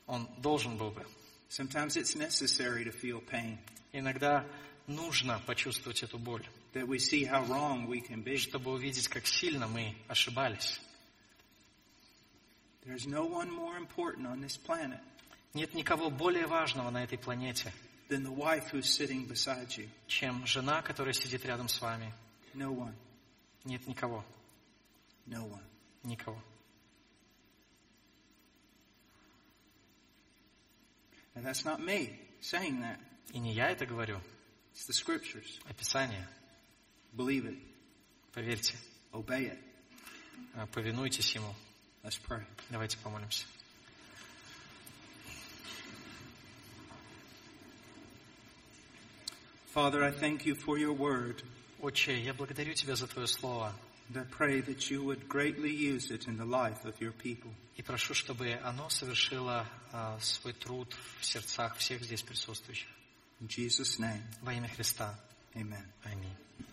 Он должен был бы. Sometimes it's necessary to feel pain, Иногда нужно почувствовать эту боль, that we see how wrong we can be. чтобы увидеть, как сильно мы ошибались. There's no one more important on this planet Нет никого более важного на этой планете, than the wife who's sitting beside you. чем жена, которая сидит рядом с вами. No one. Нет никого, No one. никого. And that's not me saying that. И не я это говорю, It's the scriptures. а Писание. Believe it. Поверьте, Obey it. э, повинуйтесь ему. Let's pray. Давайте помолимся. Father, I thank you for your word. Отче, я благодарю Тебя за Твое Слово And I pray that you would greatly use it in the life of your people. и прошу, чтобы оно совершило э, свой труд в сердцах всех здесь присутствующих. In Jesus' name, Во имя Христа. amen. Аминь.